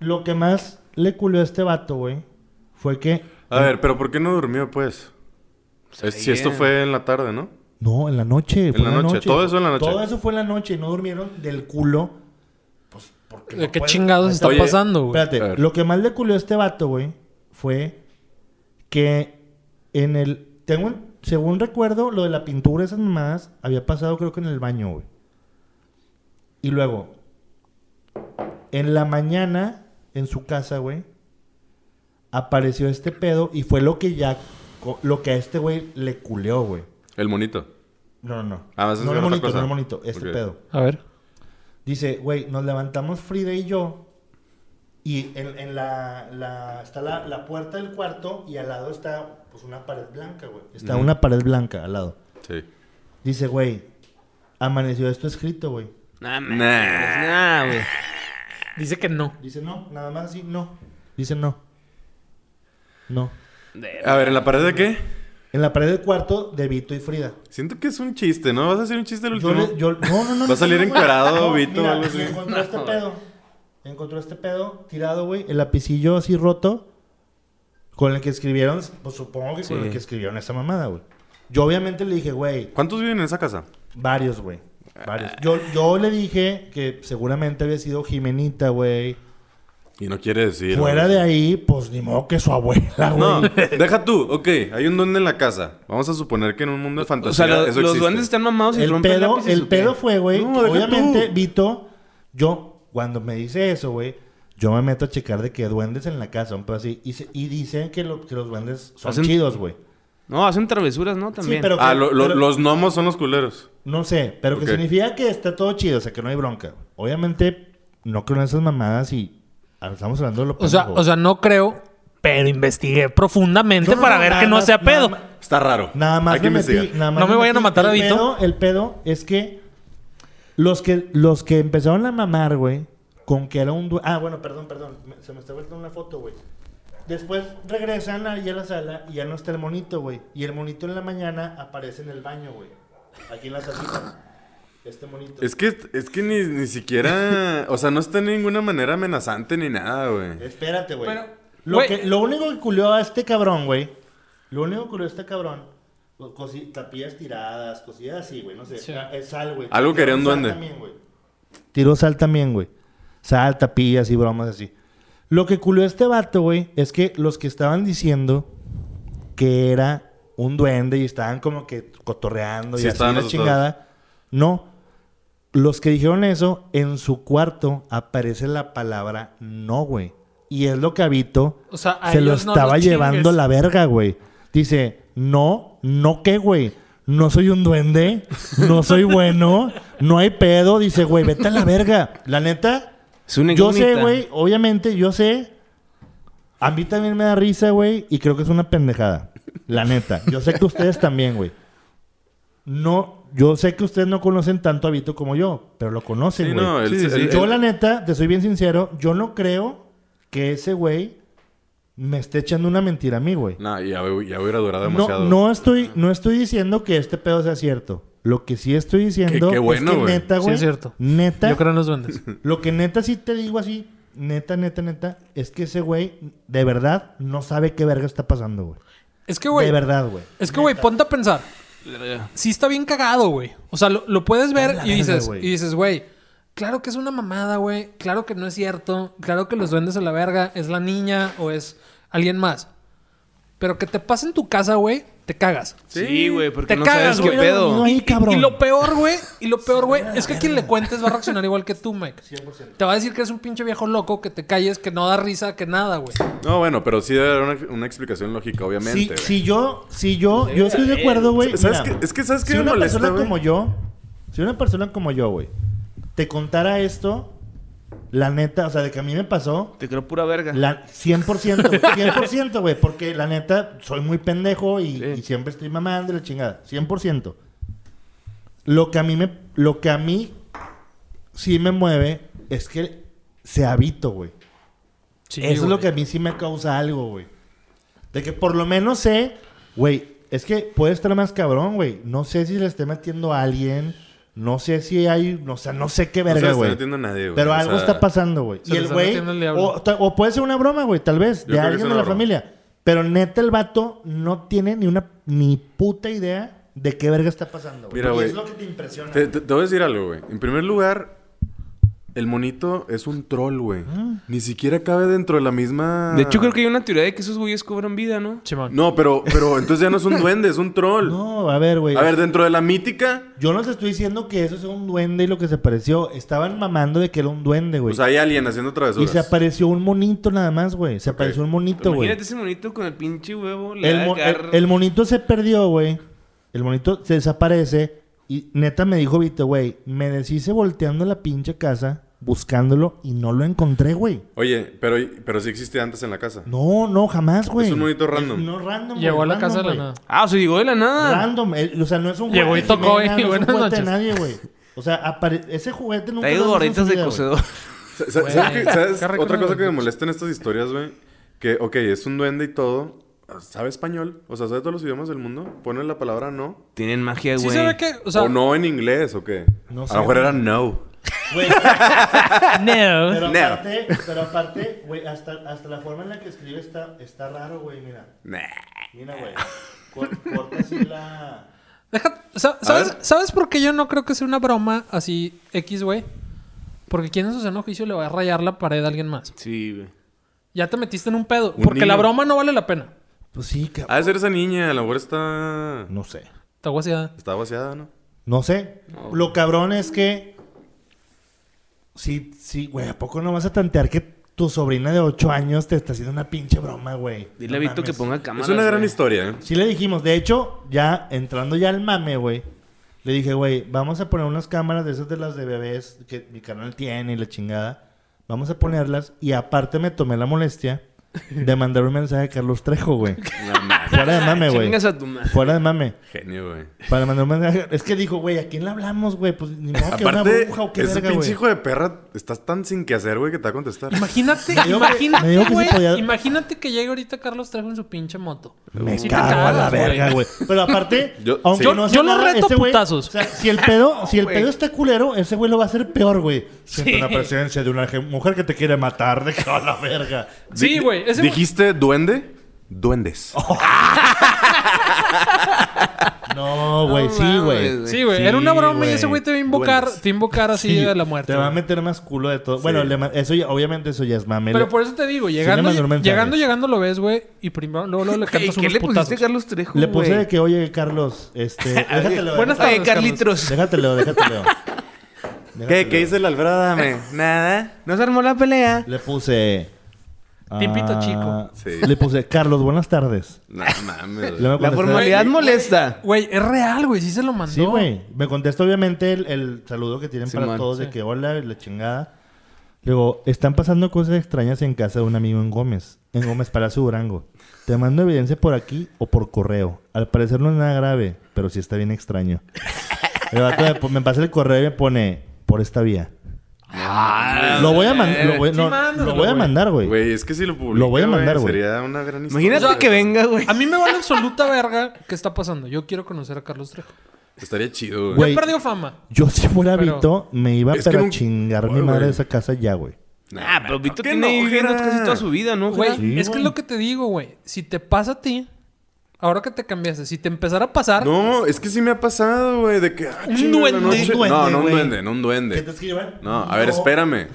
S3: Lo que más le culió a este vato, güey, fue que.
S1: A ver, pero ¿por qué no durmió, pues?
S4: Pues
S1: Es- si
S4: ayer.
S1: esto fue en la tarde, ¿no?
S3: No, en la noche. fue
S1: la noche, todo eso en la noche.
S3: Todo eso fue en la noche y no durmieron del culo. Pues porque.
S2: ¿De
S3: no
S2: qué
S3: pueden-
S2: chingados está
S1: Oye,
S2: pasando, güey?
S1: A ver.
S3: Espérate, lo que más le culió a este vato, güey, fue que en el. Tengo, un- según recuerdo, lo de la pintura, esas más, había pasado creo que en el baño, güey. Y luego, en la mañana, en su casa, güey, apareció este pedo y fue lo que ya. co- Lo que a este güey le culeó, güey.
S1: El monito.
S3: No, no, no.
S1: Ah, vas a
S3: no
S1: enseñar
S3: el
S1: otra
S3: monito,
S1: cosa.
S3: no el monito, este
S1: Ok.
S3: pedo.
S2: A ver.
S3: Dice, güey, nos levantamos Frida y yo. Y en, en la, la- está la, la puerta del cuarto y al lado está pues una pared blanca, güey. Está
S1: Ujú.
S3: una pared blanca al lado.
S1: Sí.
S3: Dice, güey, amaneció esto escrito, güey.
S4: Nah, man,
S1: Nah.
S4: pues, nah, güey.
S2: Dice que no.
S3: Dice, no, nada más así, no. Dice, no. No.
S4: De-
S1: A ver, ¿en la pared de qué?
S3: En la pared del cuarto de Vito y Frida.
S1: Siento que es un chiste, ¿no? ¿Vas a hacer un chiste el
S3: Yo
S1: último?
S3: le- yo- no, no, no.
S1: Va a
S3: no,
S1: salir
S3: no, güey.
S1: encuerado,
S3: No,
S1: Vito,
S3: mira,
S1: o algo así.
S3: y Encontró este pedo. Encontró este pedo tirado, güey. El lapicillo así roto. Con el que escribieron, pues supongo que con
S4: Sí.
S3: el que escribieron esa mamada, güey. Yo obviamente le dije, güey,
S1: ¿Cuántos viven en esa casa?
S3: varios, güey. Varios. Yo, yo le dije que seguramente había sido Jimenita, güey.
S1: Y no quiere decir.
S3: Fuera
S1: güey.
S3: de ahí, pues ni modo que su abuela, güey.
S1: No, deja tú. Ok, hay un duende en la casa. Vamos a suponer que en un mundo de
S4: O
S1: fantasía
S4: sea, lo-
S1: eso
S4: los
S1: existe.
S4: duendes están mamados y
S3: el
S4: rompen
S3: pedo,
S4: lápices,
S3: el
S4: ¿o qué?
S3: pedo fue, güey.
S1: No,
S3: que
S1: deja
S3: obviamente,
S1: tú.
S3: Vito, yo, cuando me dice eso, güey, yo me meto a checar de que duendes en la casa, un pedo así. Y, se- y dicen que, lo- que los duendes son
S4: Hacen-
S3: chidos, güey.
S4: No, hacen travesuras, ¿no? También.
S3: pero-
S1: Ah, lo- lo-
S3: Pero-
S1: los gnomos son los culeros.
S3: No sé, pero
S1: Ok.
S3: que significa que está todo chido, o sea, que no hay bronca. Obviamente, no creo en esas mamadas y ah, estamos hablando de lo
S2: O sea,
S3: pendejo.
S2: o sea, no creo, pero investigué profundamente
S3: No, no,
S2: para
S3: no,
S2: ver
S3: nada
S2: que no
S3: más-
S2: sea
S3: nada
S2: pedo.
S3: más-
S1: Está raro.
S3: Nada más
S1: Hay que
S3: me metí,
S1: investigar.
S3: nada más
S2: No me vayan a
S3: metí.
S2: matar a
S3: El
S2: Vito.
S3: pedo- el pedo es que los que los que empezaron a mamar, güey, con que era un due- Ah, bueno, perdón, perdón, me- se me está volviendo una foto, güey. Después regresan ahí a la sala y ya no está el monito, güey. Y el monito en la mañana aparece en el baño, güey. Aquí en la salita. Este monito.
S1: Es que, es que ni, ni siquiera. o sea, no está en ninguna manera amenazante ni nada, güey.
S3: Espérate, güey.
S2: Pero,
S3: Lo,
S2: güey.
S3: que- lo único que culió a este cabrón, güey. Lo único que culió a este cabrón. co- cosi- tapillas tiradas, cosillas así, güey. No sé.
S2: Sí.
S3: Es sal, güey.
S1: Algo quería un
S3: Tiró sal
S1: duende.
S3: también, güey. Tiró sal también, güey. Sal, tapillas y bromas así. Lo que culió a este vato, güey, es que los que estaban diciendo que era un duende y estaban como que cotorreando
S1: Sí,
S3: y así
S1: estaban
S3: la
S1: asustados.
S3: chingada. No. Los que dijeron eso, en su cuarto aparece la palabra no, güey. Y es lo que habito
S2: O sea, a
S3: se lo
S2: ellos no
S3: estaba
S2: los
S3: llevando
S2: chingues.
S3: la verga, güey. Dice, no, no qué, güey. No soy un duende, no soy bueno, no hay pedo. Dice, güey, vete a la verga. La neta,
S4: Es una
S3: yo sé,
S4: incógnita.
S3: güey, obviamente, yo sé. A mí también me da risa, güey, y creo que es una pendejada. La neta. Yo sé que ustedes también, güey. No, yo sé que ustedes no conocen tanto a Vito como yo, pero lo conocen,
S1: Sí,
S3: güey.
S1: no, el-
S4: Sí, sí,
S1: el-
S3: Yo
S1: el-
S3: la neta, te soy bien sincero, yo no creo que ese güey me esté echando una mentira a mí, güey.
S1: No, ya, ya hubiera durado
S3: No,
S1: demasiado.
S3: no estoy, no estoy diciendo que este pedo sea cierto. Lo que sí estoy diciendo
S1: qué bueno,
S3: es que
S1: güey.
S3: neta,
S2: Sí,
S3: güey.
S2: es cierto.
S3: Neta,
S2: Yo creo en los duendes.
S3: lo que neta sí te digo así, neta, neta, neta, es que ese güey de verdad no sabe qué verga está pasando, güey.
S2: Es que, güey.
S3: De verdad, güey.
S2: Es que, güey, ponte a pensar. Sí está bien cagado, güey. O sea, lo, lo puedes ver
S3: Eh. Está
S2: y
S3: la
S2: dices,
S3: verga, güey.
S2: y dices, güey, claro que es una mamada, güey. Claro que no es cierto. Claro que los duendes a la verga es la niña o es alguien más. Pero que te pase en tu casa, güey, te cagas.
S4: Sí, güey, porque
S2: Te
S4: no
S2: cagas,
S4: sabes qué
S2: güey.
S4: pedo.
S3: No, Ay,
S2: Y- y-
S3: cabrón.
S2: Y, lo peor, güey, y lo peor, güey, es que a quien le cuentes va a reaccionar igual que tú, Mike. Te va a decir que eres un pinche viejo loco, que te calles, que no da risa, que nada, güey.
S1: No, bueno, pero sí debe haber una, una explicación lógica, obviamente.
S3: Si,
S1: güey.
S3: si yo, si yo, yo estoy de acuerdo, güey.
S1: ¿Sabes
S3: mira,
S1: qué- es que ¿sabes qué
S3: si
S1: me
S3: una
S1: molesta,
S3: persona
S1: güey?
S3: como yo, si una persona como yo, güey, te contara esto, la neta, o sea, de que a mí me pasó,
S4: Te creo pura verga.
S3: la 100%, güey, 100%, güey, porque la neta soy muy pendejo y,
S4: Sí.
S3: y siempre estoy mamando y la chingada, 100%. Lo que a mí me lo que a mí sí me mueve es que se habito, güey.
S2: Sí,
S3: Eso es lo
S2: güey.
S3: que a mí sí me causa algo, güey. De que por lo menos sé, güey, es que puede estar más cabrón, güey. No sé si le esté metiendo a alguien. No sé si hay, o sea, no sé qué
S1: No se
S3: verga,
S1: está
S3: güey.
S1: metiendo nadie, güey.
S3: Pero
S1: O
S3: algo
S1: sea,
S3: está pasando, güey.
S2: se
S3: Y
S2: le
S3: el
S2: está
S3: güey.
S2: metiendo el diablo.
S3: O, ta- o puede ser una broma, güey, tal
S1: Yo
S3: vez, de
S1: creo que
S3: alguien
S1: es
S3: de
S1: una
S3: la
S1: broma.
S3: familia. Pero neta, el vato no tiene ni una ni puta idea de qué verga está pasando, güey.
S1: Mira,
S3: Y
S1: güey,
S3: es lo que te impresiona.
S1: Te, te- te voy a decir algo, güey. En primer lugar, el monito es un troll, güey.
S3: Ah.
S1: Ni siquiera cabe dentro de la misma.
S4: De hecho, creo que hay una teoría de que esos güeyes cobran vida, ¿no?
S2: Simón.
S1: No, pero, pero entonces ya no es un duende, es un troll.
S3: No, a ver, güey.
S1: A ver, dentro de la mítica,
S3: Yo no te estoy diciendo que eso es un duende y lo que se apareció. Estaban mamando de que era un duende, güey.
S1: pues hay alguien haciendo
S3: y
S1: travesuras.
S3: se apareció un monito nada más, güey. Se apareció un monito, güey.
S4: Imagínate ese monito con el pinche huevo. le
S3: El,
S4: va a
S3: mo-
S4: cagar-
S3: el- el monito se perdió, güey. El monito se desaparece. Y neta me dijo Vito, güey, me deshice volteando la pinche casa, buscándolo y no lo encontré, güey.
S1: Oye, pero, pero sí existía antes en la casa.
S3: No, no, jamás, güey.
S1: Es un monito random.
S3: No random. güey,
S2: Llegó a la
S3: random,
S2: casa de la
S3: güey.
S2: nada.
S4: Ah, o sea, llegó de la nada.
S3: Random, eh, o sea, no es un
S2: Llegó y
S3: de
S2: tocó,
S3: Jimena,
S2: eh,
S3: no es un
S2: buenas
S3: juguete de
S2: noches.
S3: nadie, güey. O sea, apare- ese juguete nunca
S4: Traigo
S3: lo vimos en
S4: gorritas
S3: su
S4: de
S3: vida, güey.
S4: cocedor.
S1: Sa- sa-
S2: Güey,
S1: ¿Sabes, qué? ¿Sabes
S2: qué rico
S1: otra
S2: los
S1: cosa que me
S2: dulces.
S1: molesta en estas historias, güey? Que, ok, es un duende y todo. Sabe español. O sea, sabe todos los idiomas del mundo. Pone la palabra no.
S4: Tienen magia, güey.
S2: Sí se ve que, o
S1: O,
S2: sea,
S1: no en inglés, ¿o qué?
S3: No
S1: A
S3: sé,
S1: lo mejor
S3: güey.
S1: era no.
S3: Güey,
S2: no.
S1: No.
S3: pero aparte, pero aparte, güey, hasta, hasta la forma en la que escribe está, está raro, güey, mira.
S1: Nah.
S3: Mira, güey. Cor- corta así la...
S2: Deja- sa- ¿sabes,
S1: ver.
S2: ¿Sabes por qué yo no creo que sea una broma así X, güey? Porque quien en su sano juicio le va a rayar la pared a alguien más.
S4: Sí, güey.
S2: Ya te metiste en un pedo.
S1: Un
S2: porque la
S1: niño.
S2: broma no vale la pena.
S3: Pues sí, cabrón.
S4: Ah.
S1: Ha de ser esa niña. A lo mejor está...
S3: No sé.
S2: Está guaseada.
S1: Está vaciada, ¿no?
S3: No sé. Lo cabrón es que... Sí, sí, güey, ¿a poco no vas a tantear que tu sobrina de 8 años te está haciendo una pinche broma, güey?
S4: Dile
S3: No
S4: a Vito que
S3: mames.
S4: ponga cámara.
S1: Es una gran historia, ¿eh?
S3: Sí le dijimos, de hecho, ya entrando ya al mame, güey. Le dije, güey, vamos a poner unas cámaras de esas de las de bebés que mi canal tiene y la chingada. Vamos a ponerlas. Y aparte me tomé la molestia de mandar un mensaje a Carlos Trejo, güey. Fuera de mame, güey.
S4: Chingas a tu madre.
S3: Fuera de mame.
S1: Genio, güey.
S3: Para mandar un mensaje. Es que dijo, güey, ¿a quién le hablamos, güey? Pues ni modo que una
S1: Aparte,
S3: bruja o qué
S1: ese
S3: verga,
S1: pinche
S3: güey.
S1: hijo de perra estás tan sin que hacer, güey, que te va a contestar.
S2: Imagínate,
S3: Me dijo que- me
S2: imagínate,
S3: dijo que sí
S2: güey.
S3: podía-
S2: Imagínate que llegue ahorita Carlos Trejo en su pinche moto.
S3: Me
S2: Sí te
S3: cago a la
S2: cagas, güey.
S3: verga, güey. Pero aparte,
S1: Yo-
S3: aunque
S1: sí.
S3: no
S2: Yo
S3: sea
S2: lo
S3: nada,
S2: reto a
S3: ese güey-
S2: putazos.
S3: O sea, si el pedo, si el
S4: Güey.
S3: pedo está culero, ese güey lo va a hacer peor, güey. Siento
S2: Sí.
S3: la presencia de una je- mujer que te quiere matar, de a la verga.
S2: Sí, güey. ese güey-
S1: ¿Dijiste duende? Duendes.
S3: No, güey,
S4: No
S3: sí,
S4: mames,
S3: güey.
S4: güey.
S2: Sí, güey.
S3: Sí,
S2: Era una broma y
S3: güey.
S2: ese güey te va a invocar,
S1: Duendes.
S2: te va a invocar así
S3: Sí,
S2: de la muerte.
S3: Te va a
S2: güey.
S3: meter más culo de todo. Bueno, le ma- eso ya- obviamente eso ya es mame.
S2: Pero
S3: Le-
S2: por eso te digo,
S3: le
S2: llegando,
S3: mandó un mensaje.
S2: llegando, llegando lo ves, güey. Y primero, luego, luego le
S4: Ey,
S2: cantas
S4: ¿Qué
S2: unos
S4: le pusiste a
S2: putazos.
S4: Carlos Trejo,
S3: le puse
S4: güey?
S3: de que, oye, Carlos, este. Déjatelo.
S2: Buenas
S3: déjatelo,
S4: Oye, Carlitos.
S3: Déjatelo, déjatelo.
S1: ¿Qué? ¿Qué dice la albrada, me? Nada.
S4: No se armó la pelea.
S3: Le puse.
S2: Tipito
S3: ah,
S2: chico.
S1: Sí.
S3: Le puse, Carlos, buenas tardes.
S1: No mames.
S3: Le
S1: güey.
S3: me
S4: La
S3: contestó-
S4: formalidad
S2: Güey,
S4: molesta.
S2: Güey, es real, güey. Sí se lo mandó.
S3: Sí, güey. Me contesta obviamente el, el saludo que tienen para
S4: Simón.
S3: todos de
S2: Sí.
S3: que hola, la chingada. Luego, están pasando cosas extrañas en casa de un amigo en Gómez, en Gómez Palacio Durango. Te mando evidencia por aquí o por correo. Al parecer no es nada grave, pero sí está bien extraño. El vato me, po- me pasa el correo y me pone por esta vía. Lo voy a, man- lo voy-
S2: Sí,
S3: no,
S2: mándalo,
S3: lo voy a
S2: güey.
S3: mandar, güey.
S1: Güey, es que si lo publica,
S3: Lo voy a
S1: güey,
S3: mandar, güey.
S1: Sería una gran historia.
S4: Imagínate
S2: O sea,
S4: que venga, güey.
S2: A mí me vale absoluta verga qué está pasando. Yo quiero conocer a Carlos Trejo.
S1: Estaría chido, güey.
S3: Güey.
S2: Yo perdió fama.
S3: Yo si fuera
S2: Pero-
S3: Vito, me iba
S1: Es que
S3: pero a
S1: nunca-
S3: chingar mi
S1: Güey,
S3: madre
S1: güey.
S3: de esa casa ya, güey.
S4: Ah, pero Vito
S1: ¿Qué
S4: tiene ahí
S1: nojera?
S4: viendo casi toda su vida, ¿no?
S2: Güey,
S3: Sí,
S2: es que
S3: güey.
S2: es lo que te digo, güey. Si te pasa a ti, ahora que te cambiaste, si te empezara a pasar,
S1: No, es que sí me ha pasado, güey, de que... ah,
S2: Un
S1: chinga,
S2: duende.
S1: la noche-
S3: Un duende,
S1: No, no un
S3: güey.
S1: duende, no un
S3: ¿Qué te
S1: duende.
S3: escriban?
S1: No, a ver, espérame.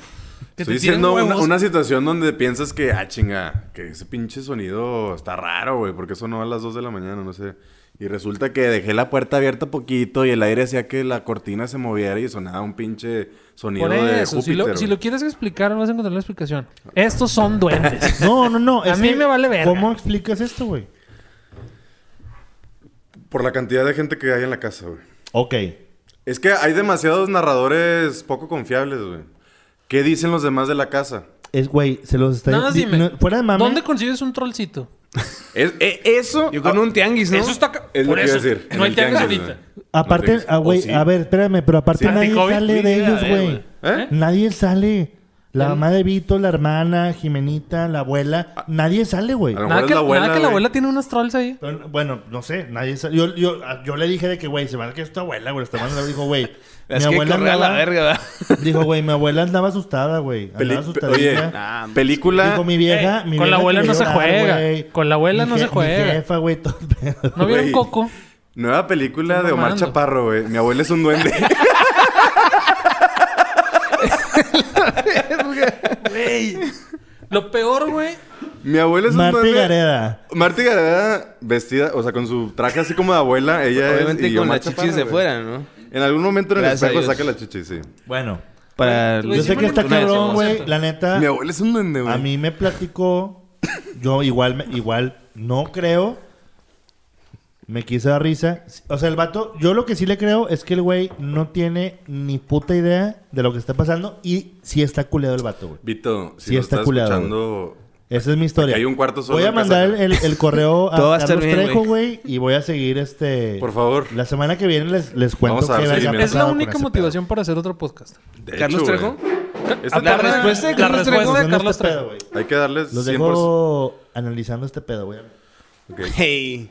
S1: Estoy
S2: Que te tiren
S1: diciendo una,
S2: huevos.
S1: una situación donde piensas que, ah, chinga, que ese pinche sonido está raro, güey, porque eso no a las 2 de la mañana, no sé. Y resulta que dejé la puerta abierta poquito y el aire hacía que la cortina se moviera y sonaba un pinche sonido
S2: por
S1: de
S2: eso.
S1: Júpiter.
S2: Si lo, si
S1: güey.
S2: lo quieres explicar, vas a encontrar la explicación. Estos son duendes.
S3: No, no, no.
S2: A mí me vale verga.
S3: ¿Cómo explicas esto, güey?
S1: Por la cantidad de gente que hay en la casa, güey.
S3: Ok.
S1: Es que hay demasiados narradores poco confiables, güey. ¿Qué dicen los demás de la casa?
S3: Es, güey, se los está...
S2: Nada más
S3: di-
S2: dime.
S3: no, fuera de mame.
S2: ¿Dónde consigues un trollcito?
S1: Es- e- eso...
S4: Yo con un tianguis, ¿no?
S2: Eso está. ca-
S1: Es lo
S2: por
S1: que iba
S2: eso.
S1: a decir.
S2: No
S1: en
S2: hay
S1: el
S2: tianguis
S1: tianguis,
S2: ahorita.
S1: güey.
S3: Aparte,
S1: No te-
S3: ah, güey,
S1: ¿o sí?
S3: a ver, espérame, pero aparte
S4: Sí.
S3: nadie
S4: Anticovid,
S3: sale de
S4: sí, a
S3: ellos,
S4: ver,
S3: güey.
S4: güey.
S1: ¿Eh?
S3: Nadie sale. La
S2: ¿Eh?
S3: mamá de Vito, la hermana, Jimenita, la abuela, nadie sale, güey.
S1: A lo
S2: Nada
S1: mejor
S2: que,
S1: es la abuela,
S2: nada que la
S1: güey.
S2: abuela tiene unas trolls ahí.
S3: Pero, Bueno, no sé, nadie sale. Yo, yo, yo le dije de que, güey, se va a que es tu abuela, güey. Esta madre dijo, güey, mi
S4: Es que
S3: abuela
S4: corre a la
S3: andaba...
S4: verga, ¿verdad?
S3: Dijo, güey, mi abuela andaba asustada, güey.
S1: Peli-
S3: Andaba
S1: pe- oye,
S3: asustadita.
S4: Ah,
S1: película...
S3: Dijo, mi
S2: eh,
S3: vieja, mi
S2: con
S3: vieja
S2: la abuela
S3: quería
S2: no se juega.
S3: güey.
S2: Con la abuela
S3: Mi
S2: no se
S3: je- Mi
S2: juega.
S3: jefa, güey, todo el pedo.
S2: ¿No vieron
S1: Güey.
S2: Coco?
S1: Nueva película
S2: Estoy
S1: de Omar
S2: mamando.
S1: Chaparro, güey. Mi abuela es un duende.
S2: Lo peor, güey.
S1: Mi abuela es un
S3: Marta
S1: duende.
S3: Gareda.
S1: Marta Gareda vestida, o sea, con su traje así como de abuela, ella es...
S4: Obviamente
S1: y
S4: con
S1: Omar
S4: las chichis
S1: Chaparro,
S4: de
S1: güey.
S4: fuera, ¿no?
S1: En algún momento en el
S4: Gracias a
S1: espejo
S4: Dios.
S1: saca la chichi, sí.
S3: Bueno,
S2: Yo
S4: Para
S3: yo
S2: Güey, Pues sí me
S3: sé que
S2: lo
S3: está
S2: encontré,
S3: cabrón,
S2: sí,
S3: güey.
S2: cierto.
S3: La neta,
S1: Mi abuela es un duende, güey.
S3: Ah, a mí me platicó. Yo igual, me- igual no creo. Me quiso dar risa. O sea, el vato, yo lo que sí le creo es que el güey no tiene ni puta idea de lo que está pasando y sí está culeado el vato, güey.
S1: Vito, si
S3: Sí
S1: lo
S3: está
S1: estás
S3: culeado,
S1: escuchando,
S3: Esa es mi historia.
S1: Aquí hay un cuarto solo
S3: Voy a
S1: en
S3: mandar el,
S1: casa.
S3: el- el correo a
S4: Todo va a
S3: Carlos
S4: estar bien,
S3: Trejo, güey, y voy a seguir este.
S1: por favor.
S3: La semana que viene les, les cuento
S1: Vamos a dar
S3: qué verga
S1: seguimiento.
S3: ha
S2: Es la
S3: pasado con
S2: única
S3: ese
S2: motivación para hacer otro podcast.
S1: De
S4: ¿Carlos
S1: hecho,
S4: Trejo?
S1: güey, esta
S4: La
S1: tarde
S4: respuesta de
S2: La
S4: Carlos
S2: respuesta
S3: pedo.
S4: Trejo.
S2: de
S3: Analizando
S2: Carlos
S3: este pedo,
S2: Trejo.
S3: güey.
S1: Hay que darles
S3: Los
S1: 100%.
S3: dejo analizando este pedo, güey.
S4: Hey.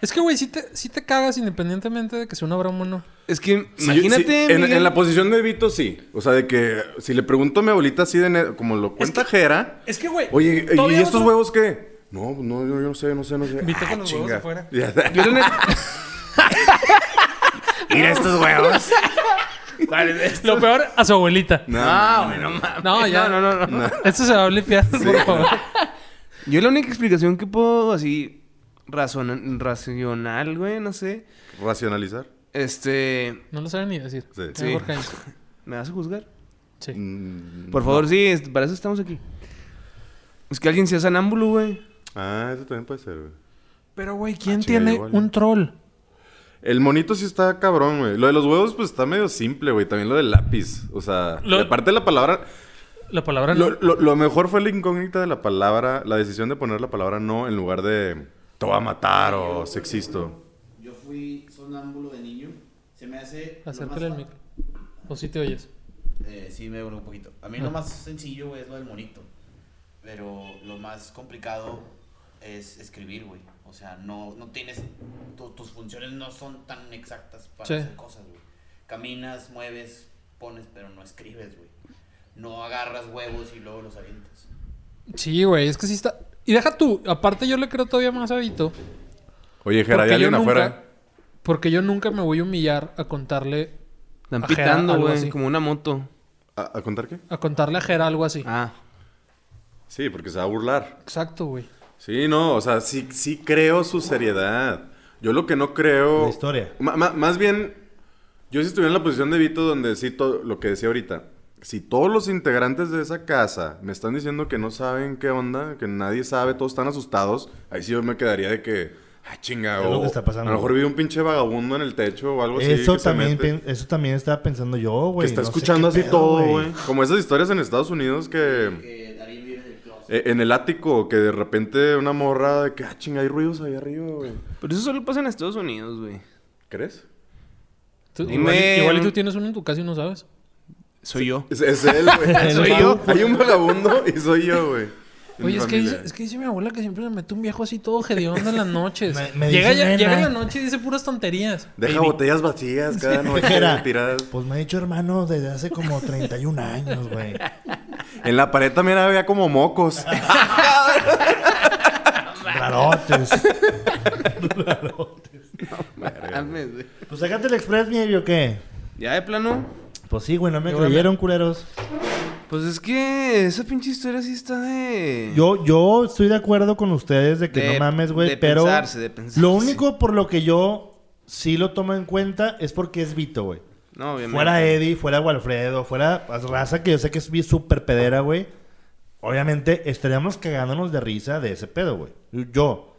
S2: Es que, güey, si te, sí te cagas independientemente de que sea una broma o no.
S4: Es que
S1: Sí,
S4: imagínate.
S1: sí, en,
S4: Miguel,
S1: en la posición de Vito, sí. O sea, de que si le pregunto a mi abuelita así de ne- como lo cuenta Jera.
S2: Es que, güey.
S1: Oye, ¿y- ¿y
S2: todavía
S1: estos
S2: no-
S1: huevos qué? No, no, yo, yo no sé, no sé, no sé.
S2: Vito con los huevos afuera.
S1: Ya-
S4: yo era una-
S1: Mira estos huevos.
S2: Lo peor, a su abuelita.
S1: No,
S4: Ah, güey, no mames.
S2: No, ya.
S4: No, no, no, no.
S2: Esto se va a blipear, por favor.
S4: Yo la única explicación que puedo así razona- racional, güey, no sé.
S1: ¿Racionalizar?
S4: Este,
S2: No lo saben ni decir.
S1: Sí.
S2: Eh,
S4: Sí.
S2: Borja, sí.
S4: ¿me vas a juzgar?
S2: Sí.
S1: Mm,
S4: Por favor, sí, es- para eso estamos aquí. Es que alguien sea sonámbulo, güey.
S1: Ah, eso también puede ser, güey.
S2: Pero, güey, ¿quién
S1: chinga,
S2: tiene
S1: Ah, igual.
S2: un troll?
S1: El monito sí está cabrón, güey. Lo de los huevos, pues está medio simple, güey. También lo del lápiz. O sea,
S2: Lo-
S1: y aparte de la palabra.
S2: La palabra no.
S1: Lo, lo- lo mejor fue la incógnita de la palabra, la decisión de poner la palabra no en lugar de te voy a matar o sexisto.
S5: Yo fui sonámbulo de niño. Se me hace. lo
S2: Acércale el
S5: más
S2: micro. O si te oyes.
S5: fa- Eh, sí, me duele un poquito. A mí
S2: Ah.
S5: lo más sencillo, güey, es lo del monito. Pero lo más complicado es escribir, güey. O sea, no, no tienes. tu- tus funciones no son tan exactas para
S2: Sí.
S5: hacer cosas, güey. Caminas, mueves, pones, pero no escribes, güey. No agarras huevos y luego los avientas.
S2: Sí, güey, es que sí está. Y deja tú, aparte yo le creo todavía más a Vito.
S1: Oye, Jera, hay
S2: porque yo
S1: alguien
S2: nunca-
S1: afuera.
S2: Porque yo nunca me voy a humillar a contarle.
S4: Están
S2: Ajá,
S4: pitando,
S2: algo
S4: güey,
S2: así.
S4: como una moto.
S1: ¿A, a contar qué?
S2: A contarle a Jera algo así.
S4: Ah.
S1: Sí, porque se va a burlar.
S2: Exacto, güey.
S1: Sí, no, o sea, sí, sí creo su seriedad. Yo lo que no creo.
S3: La historia.
S1: Ma- ma- más bien, yo si estuviera en la posición de Vito, donde sí to- lo que decía ahorita. Si todos los integrantes de esa casa me están diciendo que no saben qué onda, que nadie sabe, todos están asustados, ahí sí yo me quedaría de que. Ah, chinga,
S3: Es lo
S1: o-
S3: que está pasando.
S1: A lo mejor vi un pinche vagabundo en el techo o algo así.
S3: Eso
S1: Oh, que se
S3: también,
S1: mete,
S3: pen- eso también estaba pensando yo,
S1: que
S3: güey.
S1: está
S3: No sé
S1: escuchando
S3: qué
S1: así
S3: pedo,
S1: todo, güey. Como esas historias en Estados Unidos que.
S5: Que Darío vive del closet.
S1: Eh, En el ático, que de repente una morra de que, ah, chinga, hay ruidos ahí arriba, güey.
S4: Pero eso solo pasa en Estados Unidos, güey.
S1: ¿Crees?
S2: Tú-
S4: Dime.
S2: igual, y- igual y tú tienes uno en tu casa y no sabes.
S4: Soy yo.
S1: Es, es él, güey.
S4: Soy
S1: Hay
S4: yo.
S1: un- Hay un vagabundo y soy yo, güey. En mi
S2: Oye, es que,
S1: familia.
S2: dice, es que dice mi abuela que siempre me mete un viejo así todo hediondo en las noches.
S3: Me- me
S2: llega,
S3: dice
S2: ya-
S3: nena.
S2: llega en la noche y dice puras tonterías.
S1: Deja
S2: Baby.
S1: botellas vacías cada noche
S3: Jera,
S1: tiradas.
S3: Pues me ha dicho hermano desde hace como 31 años, güey.
S1: En la pared también había como mocos.
S3: Rarotes. Pues,
S4: Mames, güey.
S3: Pues sácate el Express, Mier, ¿o qué?
S4: Ya de plano.
S3: Pues sí, güey, no me
S2: Yo, güey,
S3: creyeron, culeros.
S4: Pues es que esa pinche historia sí está de.
S3: Yo, yo estoy de acuerdo con ustedes de que
S4: De-
S3: no mames,
S4: de
S3: güey, pero
S4: pensarse, de pensarse.
S3: lo único por lo que yo sí lo tomo en cuenta es porque es Vito, güey.
S4: No, obviamente.
S3: Fuera Eddie, fuera Walfredo, fuera raza que yo sé que es bien súper pedera, güey. Obviamente estaríamos cagándonos de risa de ese pedo, güey. Yo,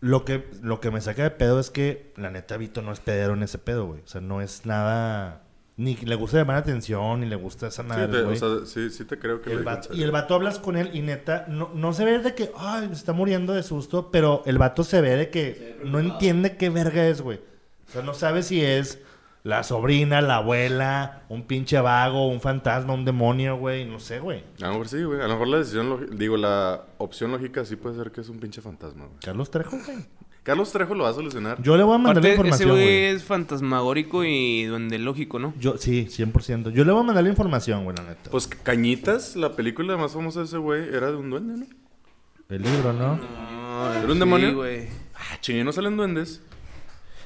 S3: lo que, lo que me saca de pedo es que la neta Vito no es pedero en ese pedo, güey. O sea, no es nada... Ni le gusta llamar la atención, ni le gusta esa
S1: Sí,
S3: madre,
S1: te-
S3: güey.
S1: o sea, sí, sí te creo que
S3: El
S1: lo
S3: vato-
S1: dices.
S3: y el vato hablas con él y neta, no, no se ve de que, ay, se está muriendo de susto, pero el vato se ve de que no entiende qué verga es, güey. O sea, no sabe si es la sobrina, la abuela, un pinche vago, un fantasma, un demonio, güey, no sé, güey.
S1: A lo mejor sí, güey. A lo mejor la decisión, log- digo, la opción lógica sí puede ser que es un pinche fantasma, güey.
S3: Carlos Trejo, güey.
S1: Carlos Trejo lo va a solucionar.
S3: Yo le voy a mandar
S4: Aparte,
S3: la
S4: ese
S3: información,
S4: güey
S3: güey.
S4: es fantasmagórico y donde lógico, ¿no?
S3: Yo, sí, 100%. Yo le voy a mandar la información, güey, la neta.
S1: Pues Cañitas, la película más famosa de ese güey, era de un duende, ¿no?
S3: El libro, ¿no?
S4: No,
S1: ¿Era un demonio?
S4: Sí, güey.
S1: Ah, chingue, no salen duendes.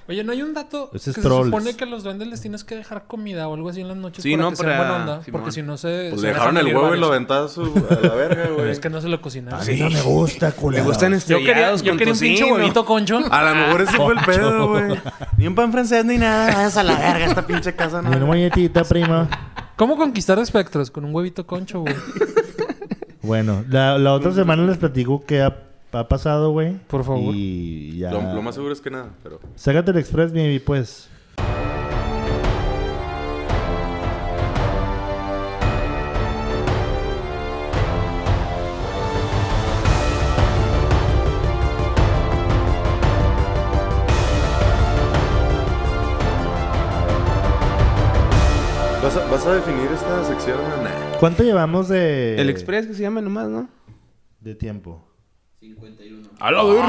S2: Oye, ¿no hay un dato
S3: Ese es
S2: que
S3: trolls.
S2: se supone que a los duendes les tienes que dejar comida o algo así en las noches
S4: Sí,
S2: para
S4: no,
S2: que
S4: para-
S2: sean buena onda?
S4: Simón.
S2: Porque si no se...
S1: Pues
S2: se
S1: le dejaron
S2: dejan
S1: el
S2: salir
S1: huevo y lo Ah,
S2: varios.
S1: aventaron a la verga, güey.
S2: Es que no se lo cocinaron.
S3: A mí no me gusta, culero.
S4: Le gustan
S2: Yo quería,
S4: estrellados
S2: yo
S4: con
S2: quería un pinche
S4: tocino.
S2: huevito concho.
S1: A lo mejor ese fue el pedo, güey. Ni un pan francés ni nada. Vayas a la verga esta pinche casa,
S3: Mi
S1: no.
S3: muñetita, prima.
S2: ¿Cómo conquistar espectros? Con un huevito concho, güey.
S1: pues,
S3: Bueno, la, la otra semana les platico qué ha Pa pasado, güey.
S2: Por favor.
S3: Y ya.
S1: Lo, lo más seguro es que nada, pero.
S3: Sácate el Express, baby, pues.
S1: ¿Vas a, vas a definir esta sección? Nah.
S3: ¿Cuánto llevamos de.
S4: El Express que se llama nomás, ¿no?
S3: De tiempo.
S5: 51.
S1: ¡A la verga!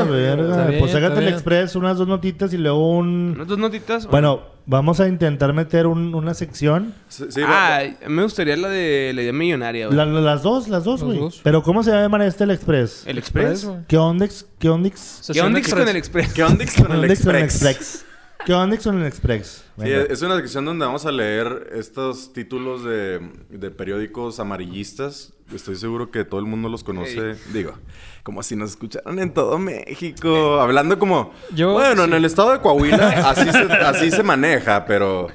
S3: Ah, verga.
S2: Está bien,
S3: pues
S2: está
S3: sácate el
S2: bien.
S3: Express, unas dos notitas y luego un.
S4: ¿No dos notitas?
S3: Bueno, vamos a intentar meter un- una sección.
S1: Sí, sí,
S4: ah,
S1: va-
S4: me gustaría la de la idea millonaria,
S1: Eh,
S4: güey.
S3: La- la- las dos, las dos,
S2: Las
S3: güey.
S2: dos.
S3: Pero ¿cómo se va a llamar este el Express?
S4: ¿El Express?
S2: güey.
S3: ¿Qué ondex? ¿Qué ondex?
S4: ¿Qué
S2: Sesión
S4: onda
S2: express.
S4: con el Express?
S1: ¿Qué onda con el
S3: Ondex con el
S1: Express?
S3: Express. ¿Qué ondex con el Express?
S1: Sí,
S3: Venga.
S1: es una sección donde vamos a leer estos títulos de, de periódicos amarillistas. Estoy seguro que todo el mundo los conoce. Digo, como si nos escucharan en todo México. Hablando como.
S2: Yo-
S1: bueno, en el estado de Coahuila así se, así se maneja, pero.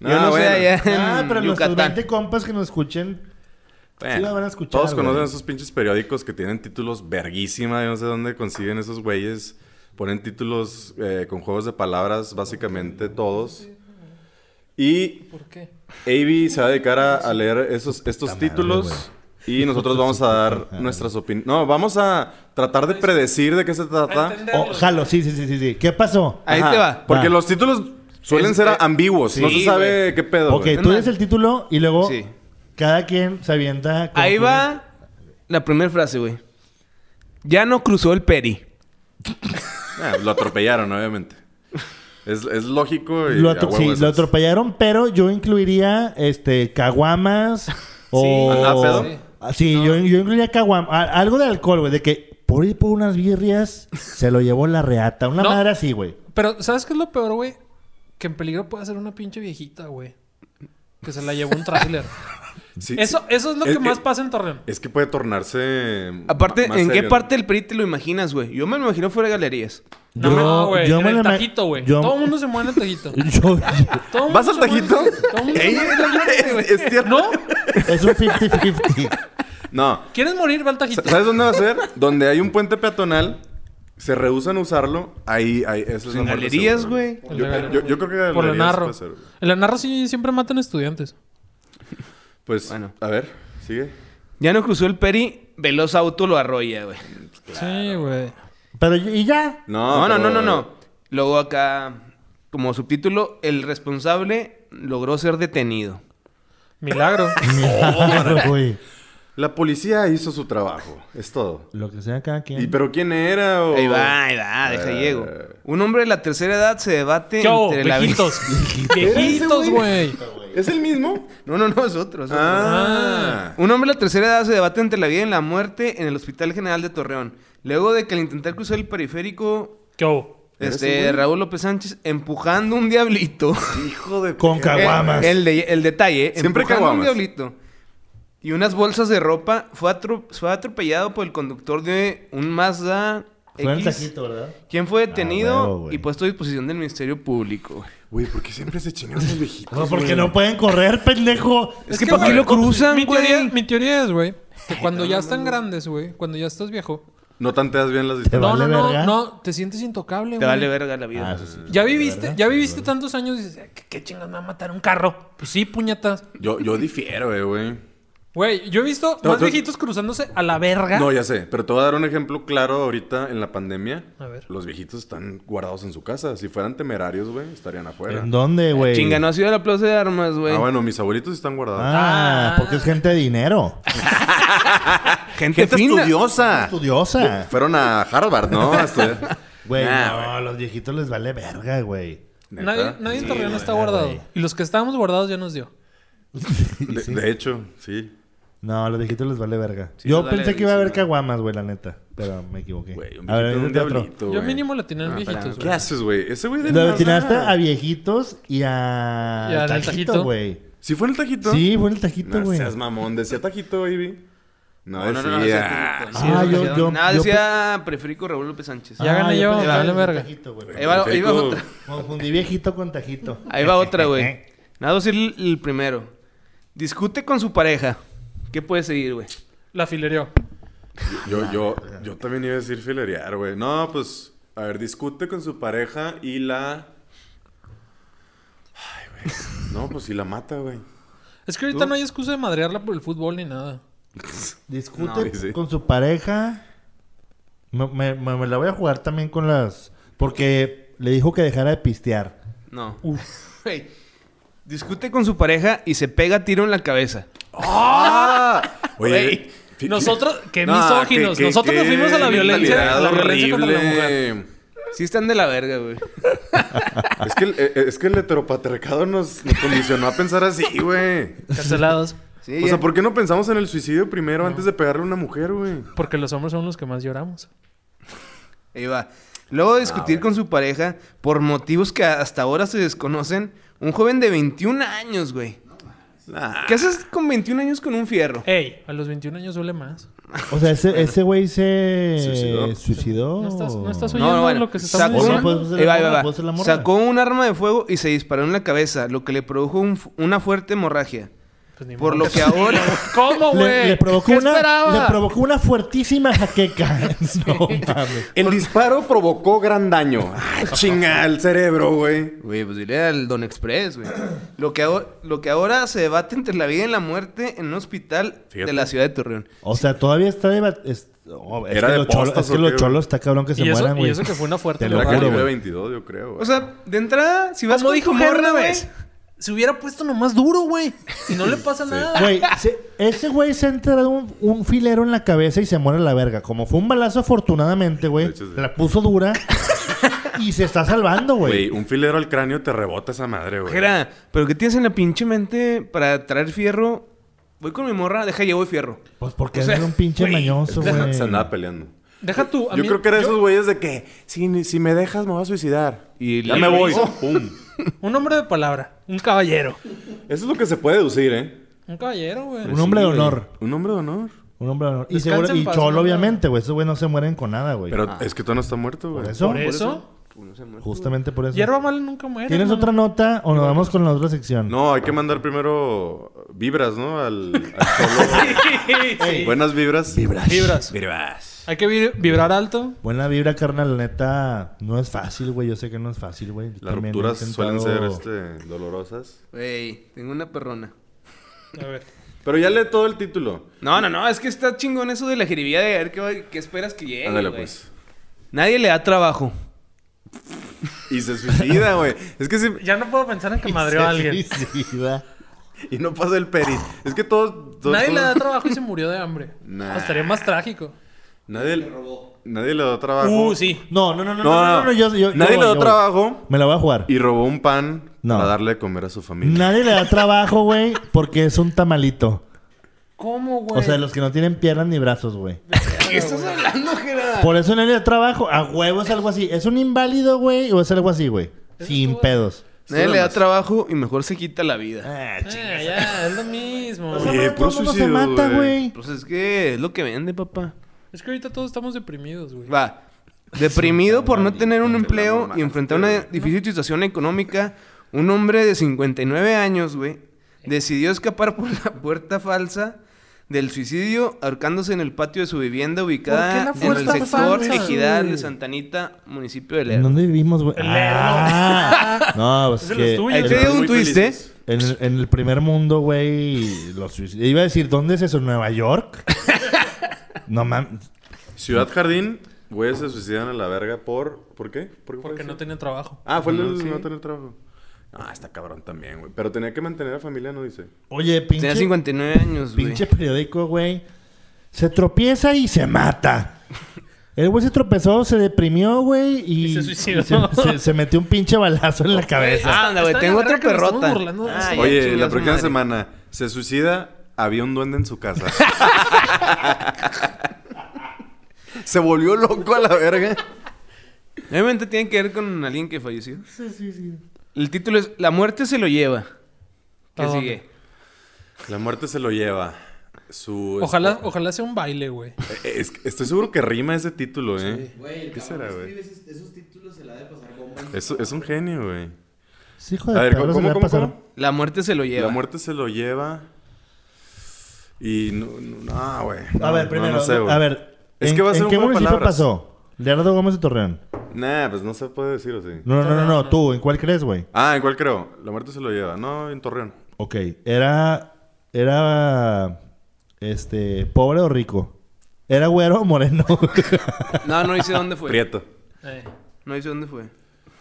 S4: Yo no sé allá en
S3: Ah, pero nuestros
S4: Yucatán.
S3: 20 compas que nos escuchen.
S1: bueno,
S3: Sí la van a escuchar,
S1: Todos
S3: güey.
S1: conocen esos pinches periódicos que tienen títulos verguísima. Yo no sé dónde consiguen esos güeyes. Ponen títulos eh, con juegos de palabras, básicamente todos. Y
S2: ¿Por qué?
S1: AB se va a dedicar a, a leer esos, estos títulos y nosotros vamos a dar nuestras opiniones. No, vamos a tratar de predecir de qué se trata.
S3: Oh, jalo, sí, sí, sí, sí, sí. ¿Qué pasó?
S4: Ahí
S1: Ajá,
S4: te va.
S1: Porque
S3: Va.
S1: los títulos suelen ser ambiguos. no se
S4: sí,
S1: sabe qué pedo.
S3: ok,
S1: güey.
S3: tú
S4: Es
S3: dices
S4: más-
S3: el título y luego
S4: Sí.
S3: cada quien se avienta. con
S4: Ahí
S3: su-
S4: va la primera frase, güey. Ya no cruzó el peri.
S1: Ah, lo atropellaron, obviamente. Es, es lógico y
S3: Lo
S1: a
S3: atro-
S1: huevo
S3: sí,
S1: eso
S3: lo
S1: es.
S3: atropellaron, pero yo incluiría este caguamas o.
S1: Ah, ¿pedo?
S3: Ah, Sí, yo, yo incluiría caguamas. Algo de alcohol, güey, de que por ir por unas birrias se lo llevó la reata. Una
S2: No.
S3: madre así, güey.
S2: Pero, ¿sabes qué es lo peor, güey? Que en peligro puede ser una pinche viejita, güey. Que se la llevó un tráiler.
S1: Sí,
S2: eso,
S1: sí.
S2: eso es lo
S1: Es-
S2: que más
S1: es-
S2: pasa en Torreón.
S1: Es que puede tornarse.
S4: Aparte,
S1: más
S4: ¿en qué
S1: serio.
S4: parte del peri te lo imaginas, güey? Yo me lo imagino fuera de galerías.
S2: No,
S3: Yo-
S2: no, güey.
S3: yo
S2: en
S3: me
S2: el
S3: la ima-
S2: tajito, güey.
S3: yo-
S2: Todo el mundo se mueve en el tajito.
S3: Yo-
S2: Todo mundo
S1: ¿Vas al
S2: se mueve en el
S1: tajito?
S2: Todo el mundo se
S1: Ey,
S2: mueve en el tajito, güey.
S1: es- es cierto.
S2: ¿No?
S3: es un 50-50.
S1: No,
S2: ¿Quieres morir? Va al tajito.
S1: Sa- ¿Sabes dónde va a ser? Donde hay un puente peatonal, se rehusan a usarlo, ahí, ahí, eso es la
S4: En
S1: muerte
S4: galerías,
S1: segura,
S4: güey.
S1: Yo, yo- yo creo que
S2: Por la
S1: galerías
S2: narro.
S1: puede ser, güey.
S2: En la narro sí siempre matan estudiantes.
S1: Pues,
S4: Bueno.
S1: a ver, sigue.
S4: Ya no cruzó el peri, veloz auto lo arrolla, güey.
S2: Sí, güey.
S3: Pero y ya.
S1: No,
S4: No, no, no,
S1: pero-
S4: no, no. Luego acá, como subtítulo, el responsable logró ser detenido.
S2: Milagro.
S3: Milagro, güey.
S1: La policía hizo su trabajo, es todo.
S3: Lo que sea cada quien.
S1: ¿Y pero quién era? O...
S4: Ahí va, ahí va, deja
S1: Oh. Eh.
S4: llego. Un hombre de la tercera edad se debate
S2: ¿Qué hubo?
S4: entre la vida.
S2: Viejitos. Viejitos, güey.
S1: ¿Es el mismo?
S4: No, no, no, es otro. es otro.
S1: Ah.
S4: Un hombre de la tercera edad se debate entre la vida y la muerte en el Hospital General de Torreón. Luego de que al intentar cruzar el periférico,
S2: ¿Qué hubo?
S1: Eso,
S4: este,
S1: güey.
S4: Raúl López Sánchez empujando un diablito.
S1: Hijo de...
S3: Con
S1: perra.
S3: cagua- Caguamas.
S4: El, el de- el detalle, ¿eh?
S1: Siempre
S4: Empujando un
S1: caguamas.
S4: diablito. Y unas bolsas de ropa. Fue, atro- fue atropellado por el conductor de un Mazda
S3: Fue en el
S4: X.
S3: tajito, ¿verdad?
S4: Quien fue
S3: Ah,
S4: detenido
S3: huevo, güey.
S4: y puesto a disposición del Ministerio Público. güey.
S1: Güey, ¿por qué siempre se chingan los viejitos?
S3: No, porque
S1: güey?
S3: no pueden correr, pendejo.
S4: Es que ¿para qué
S2: güey,
S4: lo cruzan,
S2: mi teoría,
S4: güey?
S2: mi teoría es, güey, que cuando ya están grandes, güey, cuando ya estás viejo.
S1: No tanteas bien las
S3: ¿Te
S1: distancias.
S2: No,
S3: vale
S2: no,
S3: verga?
S2: no, no, te sientes intocable, güey.
S4: Te vale verga la vida.
S3: Ah, eso sí.
S2: Ya viviste, ya viviste tantos años y dices, ¿qué, qué chingas me va a matar un carro? Pues sí, puñetas.
S1: Yo, yo difiero, eh, güey.
S2: Güey, yo he visto
S1: No,
S2: más
S1: tú-
S2: viejitos cruzándose a la verga.
S1: No, ya sé, pero te voy a dar un ejemplo claro ahorita en la pandemia.
S2: A ver.
S1: Los viejitos están guardados en su casa. Si fueran temerarios, güey, estarían afuera.
S3: ¿En dónde, güey?
S4: Chinga, no ha sido la plaza de armas, güey.
S1: Ah, bueno, mis abuelitos están guardados.
S3: Ah, porque es gente de dinero.
S4: Gente,
S1: Gente
S4: fina.
S1: estudiosa.
S3: Estudiosa.
S1: Fueron a Harvard, ¿no? A estudiar.
S3: Güey,
S1: Nah,
S3: no, a los viejitos les vale verga, güey.
S1: Neta.
S2: Nadie, nadie en Torreón está
S3: güey.
S2: guardado. Y los que estábamos guardados ya nos dio.
S1: De, de hecho, sí.
S3: No, a los viejitos les vale verga.
S4: Sí,
S3: Yo
S4: les vale
S3: pensé que iba a haber
S4: verguísima.
S3: caguamas, güey, la neta. Pero me equivoqué.
S1: Güey, un
S3: A ver,
S1: viejito es un
S3: vete otro.
S1: diablito,
S2: Yo
S1: güey.
S2: mínimo la tenía en viejitos,
S1: ¿Qué
S2: güey.
S1: haces, güey? Ese güey de
S3: Lo
S1: nada.
S3: destinaste a viejitos y a.
S2: Y al
S3: tajito,
S2: tajito.
S3: güey.
S1: ¿Sí fue en el tajito?
S3: Sí, fue en el tajito,
S1: No
S3: güey.
S1: seas mamón. Decía tajito, baby. No,
S4: No, no, no, no,
S1: decía.
S4: no,
S3: sí, Ah,
S4: no,
S3: yo-
S4: no,
S3: yo-
S4: Nada,
S3: yo Ah.
S4: decía preférico Raúl López Sánchez.
S2: Ya gané yo,
S3: pensé que
S2: me vale
S3: era el
S2: verga.
S3: tajito, güey.
S4: Ahí va, ahí va
S1: Perfecto.
S4: otra.
S3: Confundí viejito con tajito.
S4: Ahí va otra,
S3: Eh,
S4: güey. Nada, voy a decir el, el primero. Discute con su pareja. ¿Qué puede seguir, güey?
S2: La filereó.
S1: Yo, yo, yo también iba a decir filerear, güey. No, pues, a ver, discute con su pareja y la. Ay, güey. No, pues y la mata, güey.
S2: Es que ahorita no hay excusa de madrearla por el fútbol ni nada.
S3: Discute
S1: No, sí.
S3: con su pareja. Me, me- me- me la voy a jugar también con las. Porque le dijo que dejara de pistear.
S4: No. Güey, Discute con su pareja y se pega tiro en la cabeza.
S1: ¡Ah!
S2: Güey,
S1: fi- fi-
S2: nosotros- qué
S1: No,
S2: misóginos.
S1: qué-
S2: Nosotros nos
S1: qué
S2: fuimos a la violencia- a la
S1: mentalidad
S2: violencia contra la
S1: horrible.
S4: Sí están de la verga, güey.
S1: Es que, el, eh, eh, es que el heteropatriarcado nos, nos condicionó a pensar así, güey.
S2: Cancelados.
S4: Sí,
S1: O sea,
S4: ya.
S1: ¿por qué no pensamos en el suicidio primero antes de pegarle a una mujer, güey?
S2: Porque los hombres son los que más lloramos.
S4: Ahí va. Luego de discutir con su pareja, por motivos que hasta ahora se desconocen, un joven de 21 años, güey.
S1: Nah.
S4: ¿Qué haces con 21 años con un fierro?
S3: Eh,
S2: Ey, a los 21 años duele más.
S3: O sea, ese ese güey se
S1: Suicidó.
S3: suicidó.
S2: No estás, no estás
S4: No,
S2: oyendo
S4: no, bueno,
S2: lo que se está
S4: sacó,
S3: O
S2: diciendo.
S3: no puedes hacer
S4: Ahí va,
S3: la
S4: ahí va,
S3: morra,
S4: va.
S3: puedes hacer la morra.
S4: Sacó un arma de fuego y se disparó en la cabeza, lo que le produjo un f- una fuerte hemorragia.
S2: Pues ni
S4: Por
S2: modo.
S4: lo que ahora...
S2: ¿Cómo,
S3: Le,
S2: güey?
S3: le provocó
S2: ¿Qué
S3: una,
S2: esperaba?
S3: le provocó una fuertísima jaqueca. no mames.
S1: El disparo provocó gran daño. Ah, chinga, el cerebro, güey.
S4: Güey, pues dile al Don Express, güey. Lo que, ahora, lo que ahora se debate entre la vida y la muerte en un hospital
S1: Fíjate.
S4: de la ciudad de Torreón.
S3: O sea, todavía está de. bat- Es, oh, es
S1: Era
S3: que
S1: de
S3: los cholos,
S1: postas,
S3: es que
S1: ¿o
S3: los
S1: qué,
S3: cholos está cabrón que se
S2: Y eso-
S3: mueran,
S2: y
S3: güey.
S2: eso que fue una fuerte
S3: Te lo
S1: Era
S2: lograda,
S3: juro,
S1: calibre
S3: güey.
S1: 22, yo creo, güey.
S4: O sea, de entrada, si vas
S2: Como
S4: con
S2: dijo
S4: tu
S2: Henry,
S4: morra,
S2: güey.
S4: güey...
S2: Se hubiera puesto nomás duro, güey. Y no le pasa nada.
S3: Güey, se- ese güey se ha enterado un, un filero en la cabeza y se muere a la verga. Como fue un balazo, afortunadamente, güey.
S1: De hecho, sí.
S3: La puso dura y se está salvando,
S1: Güey,
S3: güey.
S1: un filero al cráneo te rebota esa madre, güey.
S4: Jera, pero ¿qué tienes en la pinche mente para traer fierro? Voy con mi morra, deja llevo el fierro.
S3: Pues porque
S4: O sea,
S3: es un pinche
S4: güey,
S3: mañoso, güey.
S1: Se andaba peleando.
S2: Deja tú. a
S1: Yo
S2: mí-
S1: creo que era esos güeyes de que, si, si me dejas, me voy a suicidar.
S4: Y
S1: ya
S4: le-
S1: me
S4: lo
S1: voy.
S3: "Oh".
S4: hizo.
S1: Pum.
S2: Un hombre de palabra. Un caballero.
S1: Eso es lo que se puede deducir, ¿eh?
S2: Un caballero, güey.
S3: Un hombre de
S1: güey.
S3: honor.
S1: Un hombre de honor.
S3: Un hombre. no- Y,
S2: Descansa
S3: seguro,
S2: en
S3: y
S2: paz,
S3: cholo,
S2: ¿no?
S3: obviamente, güey. Esos güey no se mueren con nada, güey.
S1: Pero es que todavía no está muerto, güey.
S3: Ah. Por eso,
S2: Por eso.
S4: Uno se muere.
S3: justamente por eso.
S2: Hierba mala nunca muere.
S3: ¿Tienes
S2: hermano.
S3: otra nota o nos vamos con la otra sección?
S1: No, hay que mandar primero vibras, ¿no? Al, al solo. Buenas vibras. Vibras.
S2: Vibras.
S1: Vibras.
S2: Hay que vi- vibrar alto.
S3: Buena vibra, carnal. La neta, no es fácil, güey. Yo sé que no es fácil, güey. Yo
S1: Las
S3: también he
S1: rupturas suelen ser
S3: intentado-
S1: este, dolorosas.
S4: Güey, tengo una perrona.
S2: A ver.
S1: Pero ya lee todo el título.
S4: No, no, no, es que está chingón eso de la jeribía de ver qué, va- qué esperas que llegue.
S1: Ándale,
S4: güey.
S1: pues.
S4: Nadie le da trabajo.
S1: Y se suicida, güey. Es que si...
S2: Ya no puedo pensar en que madreó a alguien.
S3: Se suicida.
S1: Y no pasa el peri. Es que todos... todos-
S2: Nadie le da
S1: todos-
S2: trabajo y se murió de hambre.
S1: Nah.
S2: O Estaría más trágico.
S1: Nadie le Nadie le da trabajo.
S2: Uh, sí.
S3: No, no, no, no, no, no, no, yo- yo- yo
S1: Nadie
S3: voy,
S1: le da
S3: yo voy.
S1: trabajo
S3: Me la voy a jugar.
S1: y robó un pan
S3: No.
S1: para darle de comer a su familia.
S3: Nadie le da trabajo, güey, porque es un tamalito.
S2: ¿Cómo, güey? Eh,
S3: O sea, los que no tienen piernas ni brazos, güey.
S4: ¿Qué estás hablando, Jera?
S3: Por eso nadie le da trabajo. A huevo es algo así. ¿Es un inválido, güey? ¿O es algo así, güey? Sin pedos.
S4: Nadie le da trabajo y mejor se quita la vida.
S3: Ah,
S2: Ah,
S3: ch-
S2: ya, es lo mismo.
S1: sea, Oye,
S3: todo el
S1: puro
S3: mundo se
S1: suicidio,
S3: mata,
S1: güey.
S3: güey.
S4: Pues es que es lo que vende, papá.
S2: Es que ahorita todos estamos deprimidos, güey.
S4: Va. Deprimido por no tener un empleo
S1: mamaste,
S4: y enfrentar una difícil situación económica, un hombre de 59 años, güey, decidió escapar por la puerta falsa del suicidio ahorcándose en el patio de su vivienda ubicada
S2: ¿Por qué
S4: en
S2: la
S4: el
S2: puerta
S4: sector
S2: falsa,
S4: Ejidal
S3: güey?
S4: de Santanita, municipio de
S3: ¿En
S4: Lerdo.
S3: dónde vivimos, güey? Ah. no, pues
S2: Es de los
S3: que
S2: tuyos. Oye,
S4: Ahí te
S2: Estaban
S4: dio un
S1: muy
S4: twist, ¿eh?
S1: felices.
S3: en, el- en el primer mundo, güey, los suicidios. Iba a decir, ¿dónde es eso? ¿Nueva York? no mames.
S1: Ciudad Jardín, güeyes se suicidan a la verga por... ¿Por qué? ¿Por qué fue
S2: Porque
S1: eso?
S2: no tenían trabajo.
S1: Ah, fue el del no tener trabajo. Ah, está cabrón también, güey. Pero tenía que mantener a la familia, no dice.
S3: Oye, pinche.
S4: Tenía 59 años, Pues, güey.
S3: Pinche periódico, güey. Se tropieza y se mata. El güey se tropezó, se deprimió, güey, y,
S2: Y se suicidó.
S3: y se, se- se metió un pinche balazo en la cabeza.
S4: Ah, anda, güey,
S2: Está
S4: tengo
S2: en la
S4: otra
S2: verga que nos estamos
S4: perrota.
S2: burlando de
S4: Ah,
S2: esto.
S4: ya,
S1: Oye,
S4: chinga
S1: la
S4: su
S1: próxima
S4: madre.
S1: semana se suicida, había un duende en su casa. se volvió loco a la verga.
S4: Obviamente tiene que ver con alguien que falleció. El título es La muerte se lo lleva.
S2: ¿A
S4: ¿Qué
S2: dónde?
S4: sigue?
S1: La muerte se lo lleva. Su
S2: Ojalá, ojalá sea un baile, güey.
S1: Eh, es que estoy seguro que rima ese título, ¿eh?
S5: Güey, el
S1: ¿Qué
S5: cabrón
S1: será,
S5: que
S1: güey?
S5: escribe esos, esos títulos se la ha de pasar bomba. en su
S1: Es, es un genio, güey.
S3: Sí, hijo
S1: A
S3: de
S1: ver,
S3: perro,
S1: ¿cómo,
S3: se le va
S1: cómo,
S3: a pasar.
S1: cómo?
S4: La muerte se lo lleva.
S1: La muerte se lo lleva. Y no, no, no, güey.
S3: A
S1: No,
S3: ver,
S1: no,
S3: primero.
S1: no sé, güey.
S3: a ver.
S1: Es
S3: ¿en,
S1: que va a ser
S3: ¿en
S1: un
S3: qué
S1: juego de
S3: municipio
S1: palabras.
S3: pasó? Leonardo Gómez de Torreón.
S1: Nah, pues no se puede decir o sí.
S3: No, no, no, no, no, tú, ¿en cuál crees, güey?
S1: Ah, ¿en cuál creo? La muerte se lo lleva. No, en Torreón.
S3: Ok, era. Era. Este. Pobre o rico. Era güero o moreno.
S4: No, no hice dónde fue.
S1: Prieto.
S2: Eh,
S4: No hice dónde fue.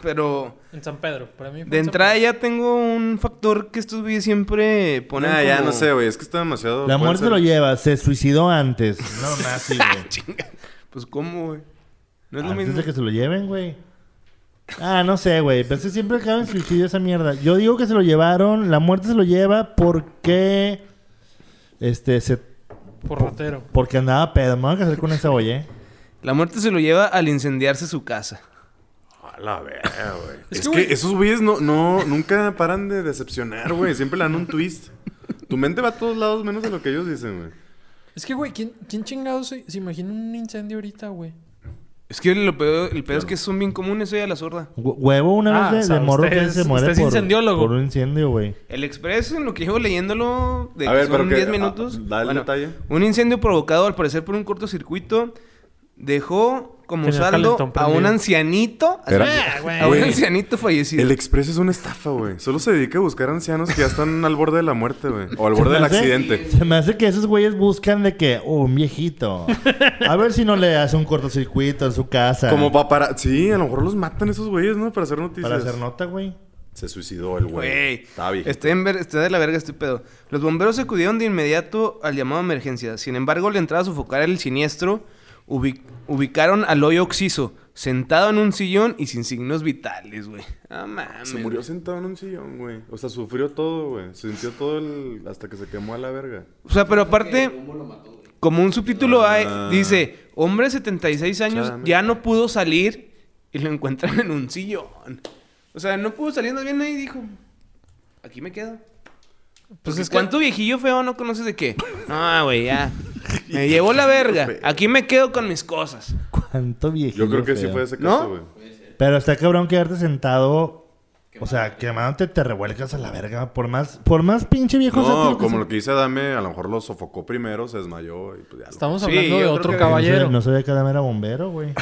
S4: Pero
S2: en San Pedro, para mí. fue
S4: de
S2: en San
S4: entrada
S2: Pedro.
S4: ya tengo un factor que estos güeyes siempre ponen.
S1: Nah, Ah, ya
S4: como-
S1: no sé, güey. Es que está demasiado.
S3: La
S1: puede
S3: muerte
S1: ser-
S3: lo lleva, se suicidó antes. No más, sí, güey.
S4: Pues cómo, güey. No es lo
S3: Antes
S4: mismo.
S3: de que se lo lleven, güey. Ah, no sé, güey. Pero es que siempre acaba en suicidio esa mierda. Yo digo que se lo llevaron, la muerte se lo lleva porque. Este, se.
S2: Por ratero.
S3: Porque andaba pedo. Me voy a casar con esa, ¿eh? oye.
S4: La muerte se lo lleva al incendiarse su casa.
S1: A la verga, güey.
S2: Es
S1: Es,
S2: que,
S1: que,
S2: güey-
S1: esos güeyes no, no, nunca paran de decepcionar, güey. Siempre le dan un twist. Tu mente va a todos lados menos de lo que ellos dicen, güey.
S2: Es que, güey, ¿quién, ¿quién chingado se, se imagina un incendio ahorita, güey?
S4: Es que lo peor, el peor es que son bien comunes hoy a la sorda.
S3: Hue- Huevo una
S2: Ah,
S3: vez
S2: o
S3: de,
S2: sea,
S3: de morro
S2: usted
S3: que
S2: es-
S3: se muere
S2: usted es
S3: por,
S2: incendiólogo.
S3: por un incendio, güey.
S4: El expreso, en lo que llevo leyéndolo, de
S1: A
S4: que
S1: ver, pero
S4: son
S1: que-
S4: 10
S1: a-
S4: minutos.
S1: dale detalle.
S4: Un incendio provocado al parecer por un cortocircuito dejó como
S2: Tenía
S4: saldo
S2: calentón
S4: a un
S2: prendido.
S4: ancianito.
S1: Era-
S4: Ah, güey. a un ancianito fallecido.
S1: El Express es una estafa, güey. Solo se dedica a buscar ancianos que ya están al borde de la muerte, güey. O al borde del
S3: me hace-
S1: accidente.
S3: Se me hace que esos güeyes buscan de que, oh, un viejito. A ver si no le hace un cortocircuito en su casa.
S1: Como para, para... Sí, a lo mejor los matan esos güeyes, ¿no? Para hacer noticias.
S3: para hacer nota, güey.
S1: Se suicidó el güey.
S4: Güey, Este
S1: Está bien.
S4: estoy, en ver- estoy de la verga, estoy pedo. Los bomberos acudieron de inmediato al llamado de emergencia. Sin embargo, al entrar a sofocar el siniestro, ubi- ubicaron al hoyo oxiso, sentado en un sillón y sin signos vitales, güey. Ah, mames.
S1: Se murió sentado en un sillón, güey. O sea, sufrió todo, güey. Sintió todo el... hasta que se quemó a la verga.
S4: O sea, pero aparte, como un subtítulo hay,
S1: Ah.
S4: dice, hombre de 76 años
S1: Chale.
S4: ya no pudo salir y lo encuentran en un sillón. O sea, no pudo salir, más bien ahí dijo, aquí me quedo.
S2: Pues
S4: Porque
S2: es que-
S4: ¿Cuánto viejillo feo no conoces de qué? Ah, güey, ya. Me llevó la verga. Aquí me quedo con mis cosas.
S3: Cuánto viejito.
S1: Yo creo que sí
S3: feo.
S1: fue ese
S4: ¿No?
S1: caso, güey.
S3: Pero está cabrón quedarte sentado. O sea, quemándote te revuelcas a la verga. Por más, por más pinche viejo sátiro
S1: No,
S3: que
S1: como
S3: sea.
S1: lo que dice Adame, a lo mejor lo sofocó primero, se desmayó y pues ya lo-
S2: Estamos
S4: Sí,
S2: hablando
S4: yo
S2: de
S4: creo
S2: otro
S3: No
S4: que-
S3: sabía-
S2: caballero.
S3: No sabía que Adam era bombero, güey.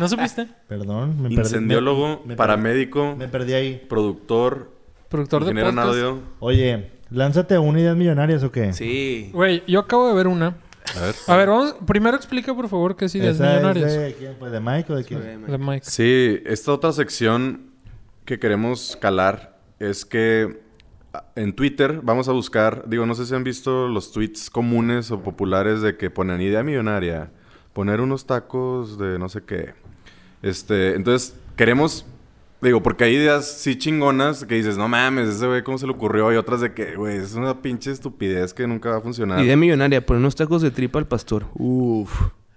S2: ¿No supiste?
S3: Perdón. Me perdí-
S1: Incendiólogo,
S3: me- me
S1: paramédico,
S3: perdí- Me perdí ahí.
S1: productor,
S2: Productor de
S1: ingeniero en
S2: podcast.
S1: audio.
S3: Oye, lánzate a una idea millonarias o qué?
S4: Sí.
S2: Güey, yo acabo de ver una.
S1: A ver.
S2: A ver, vamos. Primero explica, por favor, qué es Ideas
S3: ¿Esa es
S2: Millonarias.
S3: de quién fue? ¿De Mike o de quién?
S2: De Mike.
S1: Sí, esta otra sección que queremos calar es que a- en Twitter vamos a buscar, digo, no sé si han visto los tweets comunes o populares de que ponen idea millonaria, poner unos tacos de no sé qué. Este, entonces queremos digo, porque hay ideas sí chingonas que dices, "No mames, ese güey cómo se le ocurrió" y otras de que, güey, es una pinche estupidez que nunca va a funcionar.
S4: Idea millonaria, poner unos tacos de tripa al pastor. Uf.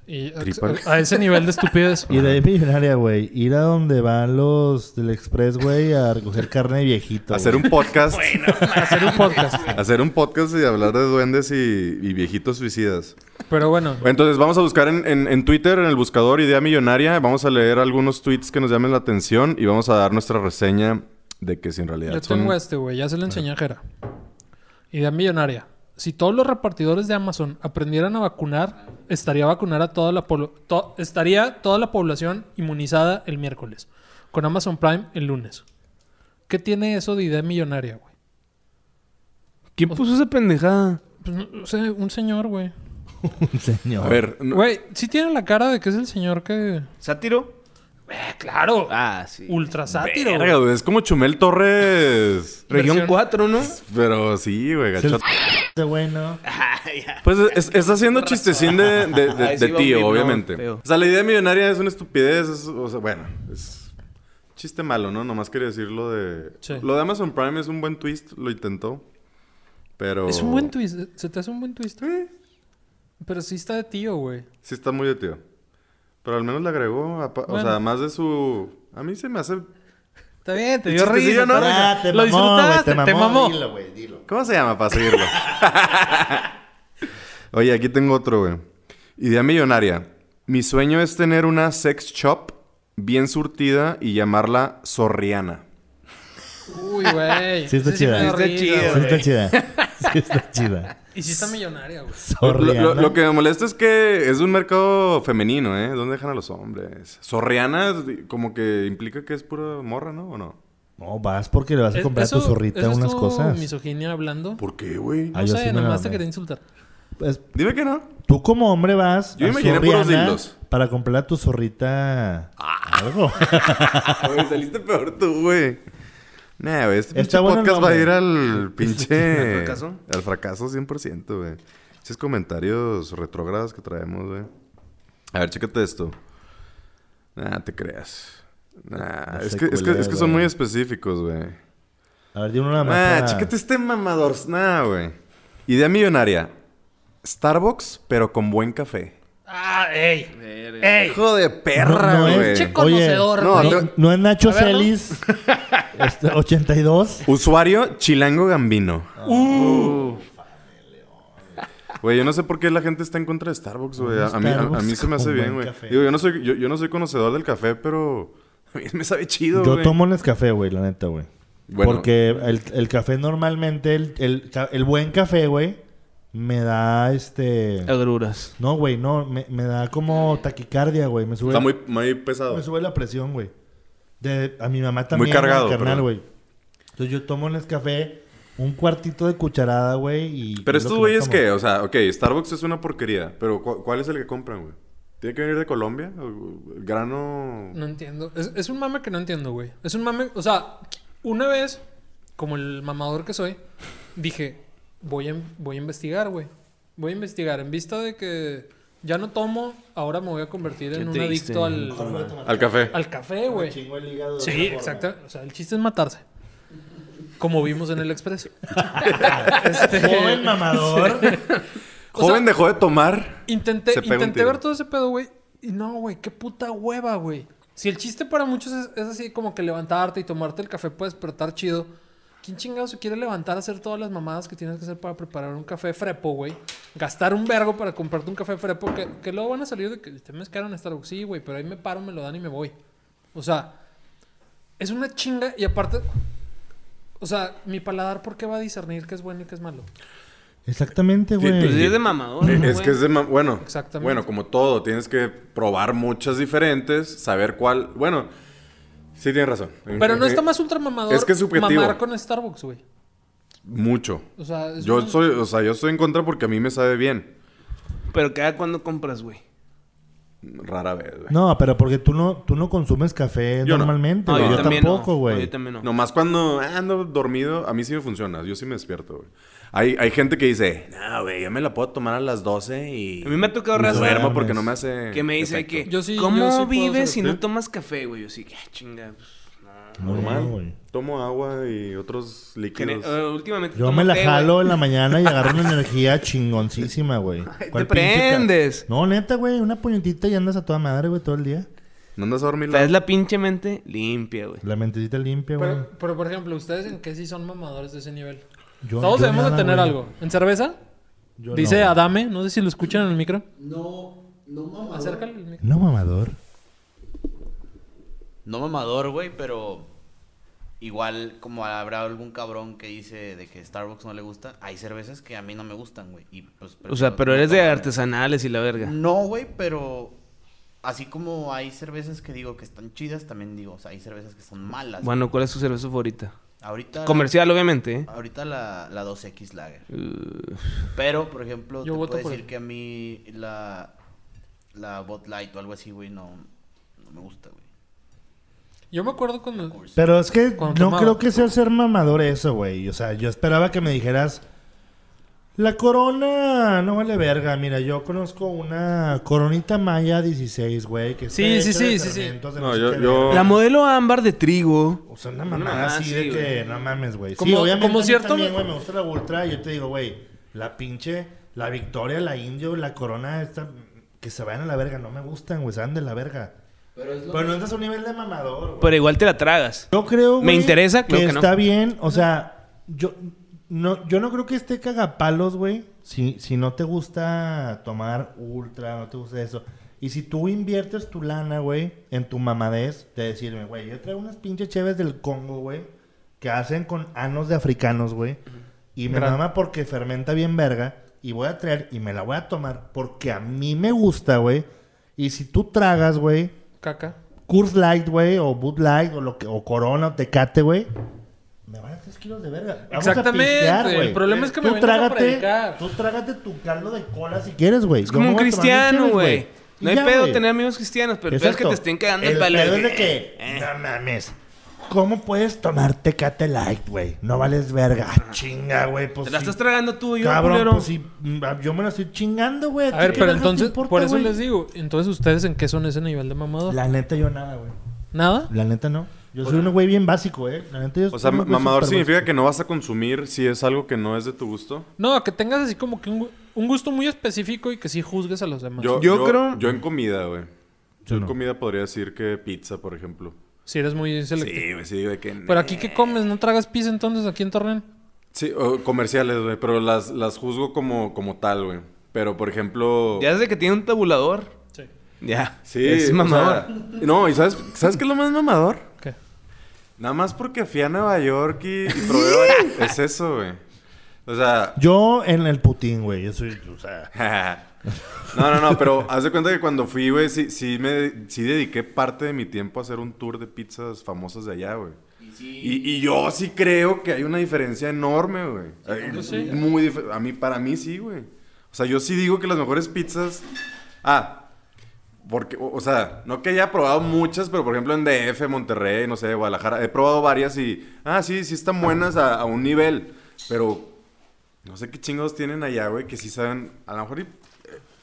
S2: Y a-
S1: Tripal.
S2: a ese nivel de estupidez.
S3: Y de ahí millonaria, güey. Ir a donde van los del Express, güey, a recoger carne de viejito.
S1: Hacer un podcast.
S2: hacer un podcast.
S1: Hacer un podcast y hablar de duendes y, y viejitos suicidas.
S2: Pero bueno,
S1: Entonces vamos a buscar en, en- en Twitter, en el buscador Idea Millonaria, vamos a leer algunos tweets que nos llamen la atención y vamos a dar nuestra reseña de que si en realidad
S2: yo
S1: son-
S2: tengo este, güey. Ya se lo enseñé a Jera. Idea millonaria. Si todos los repartidores de Amazon aprendieran a vacunar, estaría vacunar a toda la polo- to- estaría toda la población inmunizada el miércoles. Con Amazon Prime el lunes. ¿Qué tiene eso de idea millonaria, güey?
S4: ¿Quién puso esa pendejada?
S2: Pues no- no sé, un señor, güey.
S3: un señor.
S1: A ver, no-
S2: Güey, sí tiene la cara de que es el señor que.
S4: ¿Sátiro?
S2: Eh, claro.
S4: Ah, sí.
S2: Ultra sátiro.
S1: verga,
S2: güey.
S1: güey, es como Chumel Torres.
S4: Región
S2: Versión-
S4: 4, ¿no?
S1: Pero sí, güey,
S3: Es el
S1: gacho.
S3: este güey, ¿no?
S1: Pues es- está haciendo chistecín de, de- de-
S4: Ay, sí
S1: de
S4: va un
S1: tío,
S4: himno
S1: obviamente.
S4: feo.
S1: O sea, la idea millonaria es una estupidez, es- o sea, bueno, es chiste malo, ¿no? Nomás quería decir lo de...
S2: Sí.
S1: Lo de Amazon Prime es un buen twist, lo intentó, pero...
S2: Es un buen twist. ¿Se te hace un buen twist?
S3: ¿Eh?
S2: Pero sí está de tío, güey.
S1: Sí está muy de tío. Pero al menos le agregó, a pa- o
S2: Bueno.
S1: sea, más de su... A mí se me hace...
S2: Está bien, te
S1: dio risa, ¿no?
S3: Ah, te
S2: Lo
S3: mamó, güey,
S2: disfrutaste, te mamó.
S3: Dilo, güey, dilo.
S1: ¿Cómo se llama para seguirlo? Oye, aquí tengo otro, güey. Idea millonaria. Mi sueño es tener una sex shop bien surtida y llamarla Zorriana.
S2: Uy, güey.
S3: Sí está
S2: Ese me
S3: chida.
S2: dio
S4: Sí está
S2: risa,
S4: chida,
S2: güey.
S3: Sí, está chida. Sí, está chida.
S2: Y sí está millonaria, güey.
S1: Lo,
S3: Sorriana.
S1: lo- lo que me molesta es que es un mercado femenino, ¿eh? ¿Dónde dejan a los hombres? Zorriana es- como que implica que es pura morra, ¿no? ¿O no?
S3: No, vas porque le vas a comprar a tu
S2: Eso-
S3: zorrita
S2: eso
S3: unas
S2: estuvo
S3: cosas.
S2: misoginia hablando?
S1: ¿Por qué, güey?
S3: Ah,
S2: no
S3: yo
S2: sé,
S3: sí me la
S2: nomás te
S3: mamé.
S2: quería insultar.
S3: Pues,
S1: Dime que no.
S3: tú como hombre vas
S1: Yo
S3: a
S1: imaginé puros
S3: Soriana
S1: dildos. Ah.
S3: para comprar a tu zorrita algo.
S1: Güey, saliste peor tú, güey. Nah, güey, este pinche
S3: Está bueno el
S1: podcast va a
S3: nombre.
S1: ir al pinche...
S4: ¿Al fracaso?
S1: Al fracaso 100%, güey. Esos comentarios retrógrados que traemos, güey. A ver, chécate esto. Nah, te creas. Nah,
S3: No
S1: es
S3: sé
S1: que, es, que,
S3: cuál
S1: es que son
S3: era, güey.
S1: muy específicos, güey.
S3: A ver, dime una más.
S1: Ah, chécate este mamador. Nah, güey. Idea millonaria. Starbucks, pero con buen café.
S2: ¡Ah, ey!
S4: Verga.
S2: ¡Ey!
S1: Hijo de perra,
S3: No, no es
S1: güey.
S2: Che
S3: Eh, Oye,
S2: conocedor,
S1: no,
S2: güey.
S1: no-
S3: No, no es Nacho
S2: A ver, ¿no?
S3: Celis este, 82.
S1: Usuario Chilango Gambino. Güey, yo no sé por qué la gente está en contra de Starbucks, güey. A, a mí, a- a
S3: Starbucks
S1: mí se me hace
S3: con
S1: bien,
S3: buen
S1: güey.
S3: café.
S1: Digo, yo no, soy, yo, yo no soy conocedor del café, pero a mí me sabe chido,
S3: Yo
S1: güey.
S3: tomo el café, güey, la neta, güey.
S1: Bueno.
S3: Porque el, el café normalmente, el, el ca- el buen café, güey, me da este.
S4: Agruras.
S3: No, güey, no, me, me da como taquicardia, güey. Me sube,
S1: Está muy, muy pesado.
S3: me sube la presión, güey. De- A mi mamá también.
S1: cargado,
S3: güey, carnal,
S1: perdón.
S3: güey. Entonces yo tomo el café, un cuartito de cucharada, güey. y
S1: Pero
S3: es lo
S1: estos
S3: me
S1: güeyes
S3: tomo.
S1: que, o sea, ok, Starbucks es una porquería, pero ¿cu- ¿cuál es el que compran, güey? ¿Tiene que venir de Colombia? ¿O- el Grano...
S2: No entiendo. Es, es un mame que no entiendo, güey. Es un mame. O sea, una vez, como el mamador que soy, dije: Voy a, voy a investigar, güey. Voy a investigar. En vista de que ya no tomo, ahora me voy a convertir
S4: Qué
S2: en un
S4: triste.
S2: adicto al,
S1: Al café.
S2: al café, güey.
S3: Chingo el hígado de
S2: Sí,
S3: otra forma.
S2: exacto. O sea, el chiste es matarse. Como vimos en el expreso. Este,
S3: Joven mamador.
S2: o sea,
S1: Joven dejó de tomar.
S2: Intenté,
S1: Se pega un
S2: intenté
S1: tiro.
S2: ver todo ese pedo, güey. Y no, güey, qué puta hueva, güey. Si el chiste para muchos es, es así como que levantarte y tomarte el café puede despertar chido. ¿Quién chingado se quiere levantar a hacer todas las mamadas que tienes que hacer para preparar un café frepo, güey? Gastar un vergo para comprarte un café frepo que, que luego van a salir de que te me escaron a Starbucks. Sí, güey, pero ahí me paro, me lo dan y me voy. O sea, es una chinga y aparte... O sea, mi paladar, ¿por qué va a discernir qué es bueno y qué es malo?
S3: Exactamente,
S1: Sí,
S3: güey.
S4: Pues
S1: sí.
S4: es de mamador.
S1: Eh,
S4: ¿no,
S1: es
S4: güey?
S1: que es de... ma- Bueno,
S2: Exactamente.
S1: bueno, como todo, tienes que probar muchas diferentes, saber cuál... Bueno, sí tienes razón.
S2: Pero no
S1: Eh,
S2: está más ultramamador
S1: es que es subjetivo.
S2: mamar con Starbucks, güey.
S1: Mucho.
S2: O sea, es
S1: Yo
S2: una-
S1: soy, o sea, yo estoy en contra porque a mí me sabe bien.
S4: Pero cada cuando compras, güey.
S1: Rara vez, güey.
S3: No, pero porque tú no, tú no consumes café
S1: Yo no.
S3: normalmente,
S4: No,
S3: güey.
S1: yo
S3: yo,
S4: también
S3: tampoco,
S4: no.
S3: güey.
S4: No, yo también no.
S1: Nomás cuando ah, ando dormido, a mí sí me funciona. Yo sí me despierto, güey. Hay, hay gente que dice, no, güey, yo me la puedo tomar a las 12 y...
S4: A mí me ha tocado
S1: y
S4: raza.
S1: duermo porque no me hace...
S4: Que me dice
S1: efecto".
S4: que.
S2: Yo sí-
S4: ¿Cómo
S2: yo sí puedo hacer
S4: vives si
S2: esto?
S4: no tomas café, güey? Yo sí, que ah, chinga. pues, no.
S1: Normal,
S3: No, güey.
S1: Tomo agua y otros
S4: Gene-
S1: líquidos.
S4: eh, últimamente.
S3: Yo
S4: tomo
S3: me la
S4: té,
S3: jalo
S4: güey.
S3: en la mañana y agarro una energía chingoncísima, güey.
S4: Ay,
S3: ¿Cuál
S4: Te
S3: pinche ca-
S4: prendes.
S3: No, neta, güey. Una puñetita y andas a toda madre, güey, todo el día.
S1: ¿No andas a dormir?
S4: Traes la pinche mente limpia, güey.
S3: La mentecita limpia, güey.
S2: Pero, pero, por ejemplo, ¿ustedes en qué sí son mamadores de ese nivel?
S3: Yo-
S2: Todos
S3: yo
S2: debemos de
S3: nada,
S2: tener
S3: güey.
S2: algo. ¿En cerveza?
S3: Yo
S2: Dice
S3: no, güey.
S2: Adame, no sé si lo escuchan en el micro.
S5: No, no mamador.
S2: Acércale el micro.
S3: No, mamador.
S5: No mamador, güey, pero igual como habrá algún cabrón que dice de que Starbucks no le gusta, hay cervezas que a mí no me gustan, güey. y, pues,
S4: O sea,
S5: prefiero
S4: pero
S5: no
S4: eres de
S5: tomar.
S4: artesanales y la verga.
S5: No, güey, pero así como hay cervezas que digo que están chidas, también digo, o sea, hay cervezas que son malas.
S4: Bueno, ¿cuál es tu cerveza favorita?
S5: ahorita
S4: Comercial, obviamente, ¿eh?
S5: Ahorita la, la 2X Lager.
S4: Uh,
S5: Pero, por ejemplo,
S2: Yo
S5: te
S2: voto
S5: puedo
S2: por
S5: decir
S2: él.
S5: que a mí la, la Bot Light o algo así, güey, no, no me gusta, güey.
S2: Yo me acuerdo cuando...
S5: Coors.
S3: Pero es que
S2: Cuando
S3: no
S2: tomaba.
S3: creo que sea ser mamador eso, güey. O sea, yo esperaba que me dijeras... La corona no vale verga. Mira, yo conozco una coronita maya 16, güey. Que
S2: Sí,
S3: está
S2: sí,
S3: hecha
S2: sí,
S3: de
S2: sí, sí.
S3: fermentos de
S1: No,
S3: sé
S1: yo-
S3: qué
S1: yo-
S3: verga.
S4: La modelo ámbar de trigo.
S3: O sea, una mamada
S4: mamada
S3: así
S4: así,
S3: de
S4: güey.
S3: que no mames, güey. Sí,
S2: Como-
S3: obviamente
S2: como
S3: a mí
S2: cierto-
S3: también, güey, me gusta la Ultra. Yo te digo, güey, la pinche, la Victoria, la Indio, la Corona, esta, que se vayan a la verga. No me gustan, güey, se van de la verga. Pero, no estás a un nivel de mamador, güey.
S4: Pero igual te la tragas.
S3: Yo creo,
S4: Me
S3: güey,
S4: interesa, creo que no.
S3: está bien. O sea, yo no, yo no creo que esté cagapalos, güey. Si, si no te gusta tomar ultra, no te gusta eso. Y si tú inviertes tu lana, güey, en tu mamadez, de decirme, güey, yo traigo unas pinches cheves del Congo, güey, que hacen con anos de africanos, güey. Y me
S2: Gran-
S3: mama porque fermenta bien verga. Y voy a traer y me la voy a tomar porque a mí me gusta, güey. Y si tú tragas, güey,
S2: Caca.
S3: Curse Light, güey, o Bud Light, o, lo que, o Corona, o Tecate, güey. Me van a 3 kilos de verga. Vamos a
S2: Exactamente,
S3: pistear,
S2: el
S3: güey.
S2: problema es que me
S3: tú
S2: vengas a
S3: trágate,
S2: predicar.
S3: tú trágate tu caldo de cola si quieres, güey.
S4: Es como un cristiano, güey. No hay pedo tener amigos cristianos, pero el pedo es que
S3: Exacto.
S4: te estén cagando
S3: el
S4: el palo. Eh.
S3: pedo es de que, no mames. ¿Cómo puedes tomar Tecate Light, güey? No vales verga. Ah, Chinga, güey. Pues
S4: Te la
S3: sí.
S4: estás tragando tú y yo,
S3: Cabrón,
S4: culero.
S3: pues sí. mm, Yo me la estoy chingando, güey.
S2: A
S3: ti
S2: ver,
S3: qué
S2: pero
S3: vergas te
S2: entonces,
S3: importa,
S2: por eso
S3: güey?
S2: les digo, entonces ustedes en qué son ese nivel de mamador?
S3: La neta, yo nada, güey.
S2: ¿Nada?
S3: La neta, no. Yo soy un güey bien básico, ¿eh? La neta, yo
S1: O sea,
S3: soy un güey
S1: mamador
S3: súper
S1: significa que no vas a consumir si es algo que no es de tu gusto.
S2: No, que tengas así como que un, gu- un gusto muy específico y que sí juzgues a los demás.
S1: Yo,
S4: Yo
S1: yo-
S4: creo-
S1: Yo en comida, güey. Yo en
S3: no.
S1: comida podría decir que pizza, por ejemplo.
S2: Si eres muy selectivo.
S1: Sí, güey, sí, de que.
S2: Pero aquí que comes, ¿no tragas pizza entonces aquí en Torreón?
S1: Sí, o comerciales, güey, pero las, las juzgo como, como tal, güey. Pero, por ejemplo.
S4: Ya desde que tiene un tabulador.
S2: Sí.
S4: Ya.
S1: Sí,
S4: Es
S1: o
S4: mamador.
S1: sea, no, ¿y sabes, sabes qué es lo más mamador?
S2: ¿Qué?
S1: Nada más porque fui a Nueva York y, y probé varias- Es eso, güey. O sea.
S3: Yo en el Putin, güey. Yo soy, o sea...
S1: no, no, no, pero haz de cuenta que cuando fui, güey, sí, sí, me, sí dediqué parte de mi tiempo a hacer un tour de pizzas famosas de allá, güey.
S5: Y sí,
S1: Y, y yo sí creo que hay una diferencia enorme, güey. Hay-
S2: pues sí.
S1: Muy dif- a mí, para mí sí, güey. O sea, yo sí digo que las mejores pizzas. Ah, porque, o, o sea, no que haya probado muchas, pero por ejemplo en DF, Monterrey, no sé, Guadalajara, he probado varias y. Ah, sí, sí están buenas a, a un nivel. Pero no sé qué chingados tienen allá, güey, que sí saben. A lo mejor y, eh,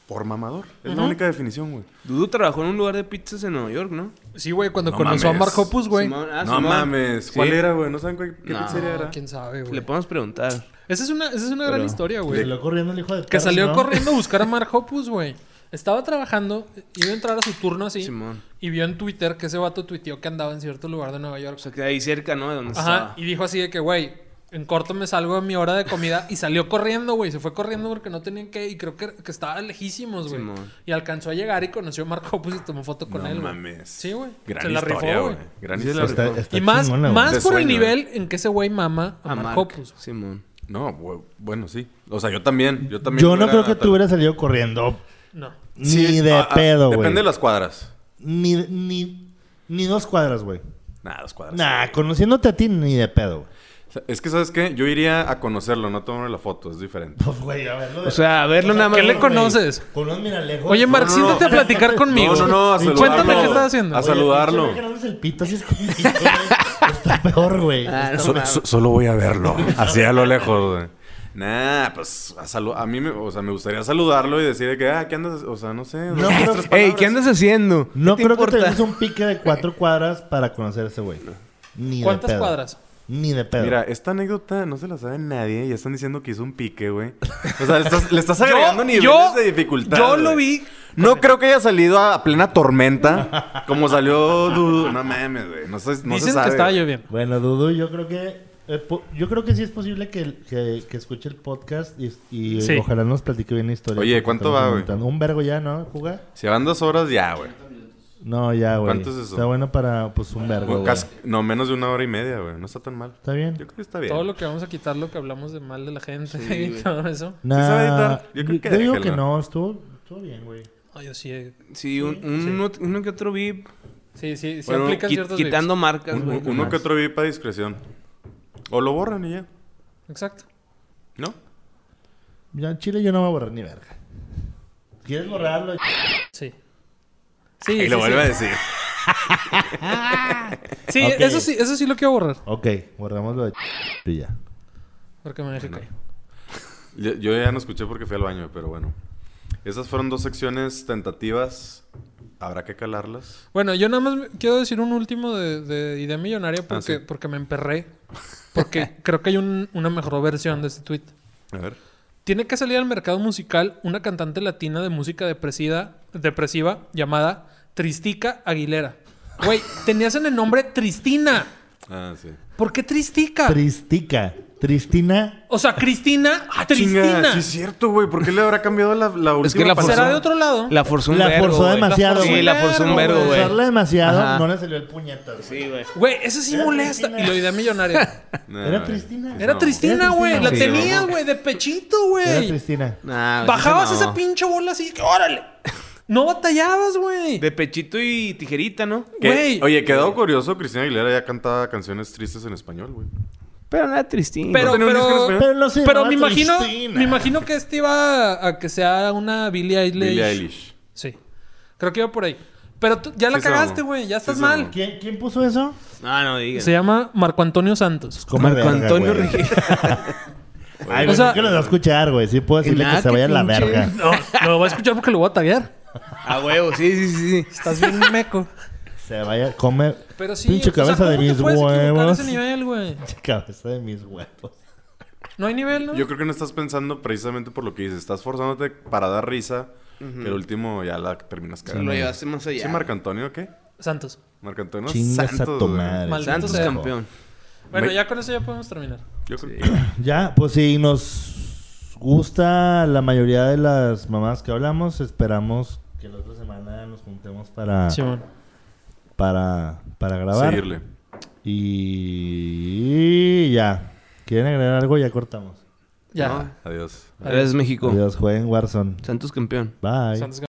S1: por mamador. Es la única definición, güey.
S4: Dudu trabajó en un lugar de pizzas en Nueva York, ¿no?
S2: Sí, güey, cuando
S1: No
S2: conoció
S1: mames.
S2: a Mark Hoppus, güey.
S4: Simón, ah,
S1: no
S4: Simón.
S1: mames. ¿Cuál
S4: Sí.
S1: era, güey? No saben cuál- qué
S4: No,
S1: pizzería era.
S2: No, quién sabe, güey.
S4: Le podemos preguntar.
S2: Esa es una, esa es una gran
S4: Pero-
S2: historia,
S3: Se
S2: güey.
S3: le corriendo el hijo de
S2: Que
S3: perra,
S2: salió
S3: ¿no?
S2: corriendo a buscar a Mark Hoppus, güey. Estaba trabajando, iba a entrar a su turno así.
S4: Simón.
S2: Y vio en Twitter que ese vato tuiteó que andaba en cierto lugar de Nueva York.
S4: O sea, que ahí cerca, ¿no? De donde
S2: Ajá.
S4: estaba.
S2: Y dijo así de que, güey, en corto me salgo de mi hora de comida. Y salió corriendo, güey. Se fue corriendo porque no tenían que. Y creo que, que estaba lejísimos, güey.
S4: Simón.
S2: Y alcanzó a llegar y conoció a Marco Hoppus y tomó foto con
S1: no
S2: él. güey.
S1: mames.
S2: Sí, güey.
S1: Gran
S2: Se la rifó,
S1: historia,
S2: güey.
S1: Gran
S4: Sí, la
S1: historia.
S3: Está- está
S2: Y más,
S3: chingona, güey.
S2: más
S1: De
S2: por el
S1: sueño, eh.
S2: nivel en que ese güey mama a,
S4: A
S2: Mark
S4: Mark.
S2: Hoppus.
S4: Simón.
S1: No, güey, bueno, sí. O sea, yo también. Yo, también
S3: Yo no
S1: era
S3: creo que
S1: tan-
S3: tú hubieras salido corriendo.
S2: No.
S1: Sí,
S3: ni de
S1: ah, ah,
S3: pedo, güey.
S1: Depende de las cuadras.
S3: Ni, ni, ni dos cuadras, güey.
S1: Nah, las cuadras.
S3: Nah,
S1: sí.
S3: conociéndote a ti, ni de pedo. güey.
S1: O sea, Es que, ¿sabes qué? Yo iría a conocerlo, no tomarme la foto, es diferente.
S3: Pues, güey, a verlo. de-
S4: O sea, a verlo nada más.
S2: ¿qué le
S3: güey,
S2: conoces?
S3: Con unos miralejos.
S2: Oye, Marc,
S1: no, no.
S2: siéntate a platicar conmigo.
S1: No, no, no, a saludarlo.
S2: Cuéntame qué estás haciendo.
S1: A
S3: Oye,
S1: saludarlo.
S3: pinche vieja, no hables el pito, así es conmigo, güey. Está peor, güey.
S4: Ah, no mames.
S1: solo voy a verlo, así a lo lejos, güey. Nah, pues a, salu- a mí me, o sea, me gustaría saludarlo y decir de que, ah, ¿qué andas? O sea, no sé. dos,
S3: No, pero-
S1: tres
S4: Ey,
S1: palabras.
S4: ¿qué andas haciendo?
S3: No
S4: ¿Qué te
S3: creo que
S4: importa?
S3: te des un pique de cuatro cuadras para conocer a ese güey. Ni de
S2: ¿Cuántas
S3: pedo.
S2: cuadras?
S3: Ni de pedo.
S1: Mira, esta anécdota no se la sabe nadie y ya están diciendo que hizo un pique, güey. O sea, le estás, le estás agregando niveles de dificultad.
S2: Yo lo
S1: güey.
S2: vi.
S1: No creo que haya salido a plena tormenta como salió Dudu. No mames, güey. No, sé- no se
S2: Dicen
S1: sabe.
S2: que estaba
S1: güey.
S2: lloviendo.
S3: Bueno, Dudu, yo creo que eh, po- yo creo que sí es posible que, que, que escuche el podcast y, y, eh,
S2: Sí.
S3: ojalá nos platique bien la historia.
S1: Oye,
S3: porque
S1: ¿cuánto
S3: estamos
S1: va, güey?
S3: inventando. Un vergo ya, ¿no? ¿Juga?
S1: Si van dos horas, ya, güey.
S3: No, ya, güey.
S1: ¿Cuánto es eso?
S3: Está bueno para, pues, un vergo,
S1: Bueno,
S3: güey.
S1: cas- No, menos de una hora y media, güey. No está tan mal.
S3: ¿Está bien?
S1: Yo creo que está bien.
S2: Todo lo que vamos a quitar, lo que hablamos de mal de la gente y todo eso.
S3: Nah,
S1: ¿Sí se va a editar? Yo
S3: Yo,
S1: creo que
S3: digo
S1: déjelo.
S3: que no, estuvo, estuvo bien, güey.
S2: Ay, yo sí. eh.
S4: Sí, un, un- uno- uno que otro VIP.
S2: Sí, sí, sí
S1: Bueno,
S2: aplican
S4: qui-
S2: ciertos
S4: quitando marcas,
S1: Un-
S4: güey.
S1: Uno que otro vi para discreción. O lo borran y ya.
S2: vibes. Exacto.
S1: ¿No?
S3: Ya en Chile yo no voy a borrar ni verga. ¿Quieres borrarlo?
S2: Sí. Sí,
S1: Y
S2: sí,
S1: lo
S2: sí.
S1: vuelve a decir.
S2: Sí,
S3: Ok.
S2: eso sí, eso sí lo quiero borrar.
S3: Ok, borramos lo de y ya.
S2: Porque me dejé caer.
S1: Yo, yo ya no escuché porque fui al baño, pero bueno. Esas fueron dos secciones tentativas. Habrá que calarlas.
S2: Bueno, yo nada más me- quiero decir un último de, de idea millonaria porque,
S1: Ah, sí.
S2: porque me emperré. Porque creo que hay un- una mejor versión de este tweet.
S1: A ver.
S2: Tiene que salir al mercado musical una cantante latina de música depresida, depresiva llamada Tristica Aguilera. Güey, tenías en el nombre Tristina.
S1: Ah, sí.
S2: ¿Por qué Tristica?
S3: Tristica. Tristina.
S2: O sea, ¡Ah, Cristina,
S1: Chinga,
S2: Tristina.
S1: sí es cierto, güey. ¿Por qué le habrá cambiado la, la última
S4: Es que la
S1: palabra?
S2: ¿Será de otro lado?
S4: La forzó un
S3: La
S4: vergo,
S3: forzó
S4: güey.
S3: demasiado,
S4: Sí,
S3: güey.
S4: la forzó un
S2: Claro,
S4: vergo,
S3: Por
S4: güey.
S3: usarla demasiado,
S4: Ajá.
S3: no le salió el puñetazo.
S5: Sí, güey.
S2: Güey, esa sí
S3: Era
S2: molesta.
S3: Cristina.
S2: Y lo idea millonaria.
S1: Nah,
S3: Era
S1: güey.
S3: Tristina.
S2: Era
S1: eh, No.
S2: Tristina,
S3: Era
S2: güey. La
S3: Cristina.
S4: Sí,
S2: tenía,
S4: no.
S2: güey, de pechito,
S3: Era
S2: güey.
S3: Tristina.
S4: Nah, güey,
S2: Bajabas
S4: ese no.
S2: esa pinche bola así, que, órale. No batallabas, güey.
S4: De pechito y tijerita, ¿no?
S1: Que-
S2: Güey.
S1: Oye, quedó curioso. Cristina Aguilera ya cantaba canciones tristes en español, güey.
S4: Pero nada tristín.
S2: Pero,
S1: tenía un disco en
S2: pero,
S1: español?
S3: Pero no se
S2: pero
S3: llamaba
S2: me imagino,
S3: Cristina.
S2: me imagino que este iba a, a que sea una Billie Eilish.
S1: Billie Eilish.
S2: Sí. Creo que iba por ahí. Pero tú- ya la
S1: Sí, se
S2: cagaste,
S1: mamó.
S2: güey. Ya
S1: Sí,
S2: estás
S1: se
S2: mal.
S1: mamó.
S3: ¿Quién, quién puso eso?
S4: No, no digas.
S2: Se llama Marco Antonio Santos.
S3: Como
S4: Marco Antonio Regil.
S3: Ay,
S2: O
S3: güey,
S2: sea-
S3: nunca lo va a escuchar, güey. Sí puedo decirle
S4: Nada,
S3: que se
S4: qué
S3: vaya a la
S4: pinche-
S3: verga.
S2: No, lo voy a escuchar porque lo voy a taguear.
S4: A huevo, sí, sí, sí. sí.
S2: Estás bien meco.
S3: Se vaya, come
S2: Pero sí.
S3: pinche
S2: o sea,
S3: cabeza de
S2: ¿cómo te
S3: mis
S2: puedes equivocar a
S3: huevos.
S2: ese nivel, güey?
S3: Pinche cabeza de mis huevos.
S2: No hay nivel, ¿no?
S1: Yo creo que no estás pensando precisamente por lo que dices. Estás forzándote para dar risa. Pero el último ya la terminas
S4: Lo
S1: cagando.
S4: llevaste más allá.
S1: ¿Sí, Marco Antonio qué?
S2: Santos.
S1: Marco Antonio
S3: Chingas a
S1: Santos,
S3: tu
S1: güey.
S3: madre.
S2: Maldito
S4: Santos
S2: sea.
S4: campeón.
S2: Bueno,
S1: Me-
S2: ya con eso ya podemos terminar.
S1: Yo creo
S3: Ya, pues si nos gusta la mayoría de las mamás que hablamos, esperamos que la otra semana nos juntemos para,
S2: Simón.
S3: para, para
S1: que
S3: grabar.
S1: seguirle.
S3: Y ya. ¿Quieren agregar algo? Ya cortamos.
S2: Ya.
S4: No.
S1: Adiós.
S4: Gracias, México.
S3: Adiós, jueguen Warzone.
S4: Santos campeón.
S3: Bye.
S2: Santos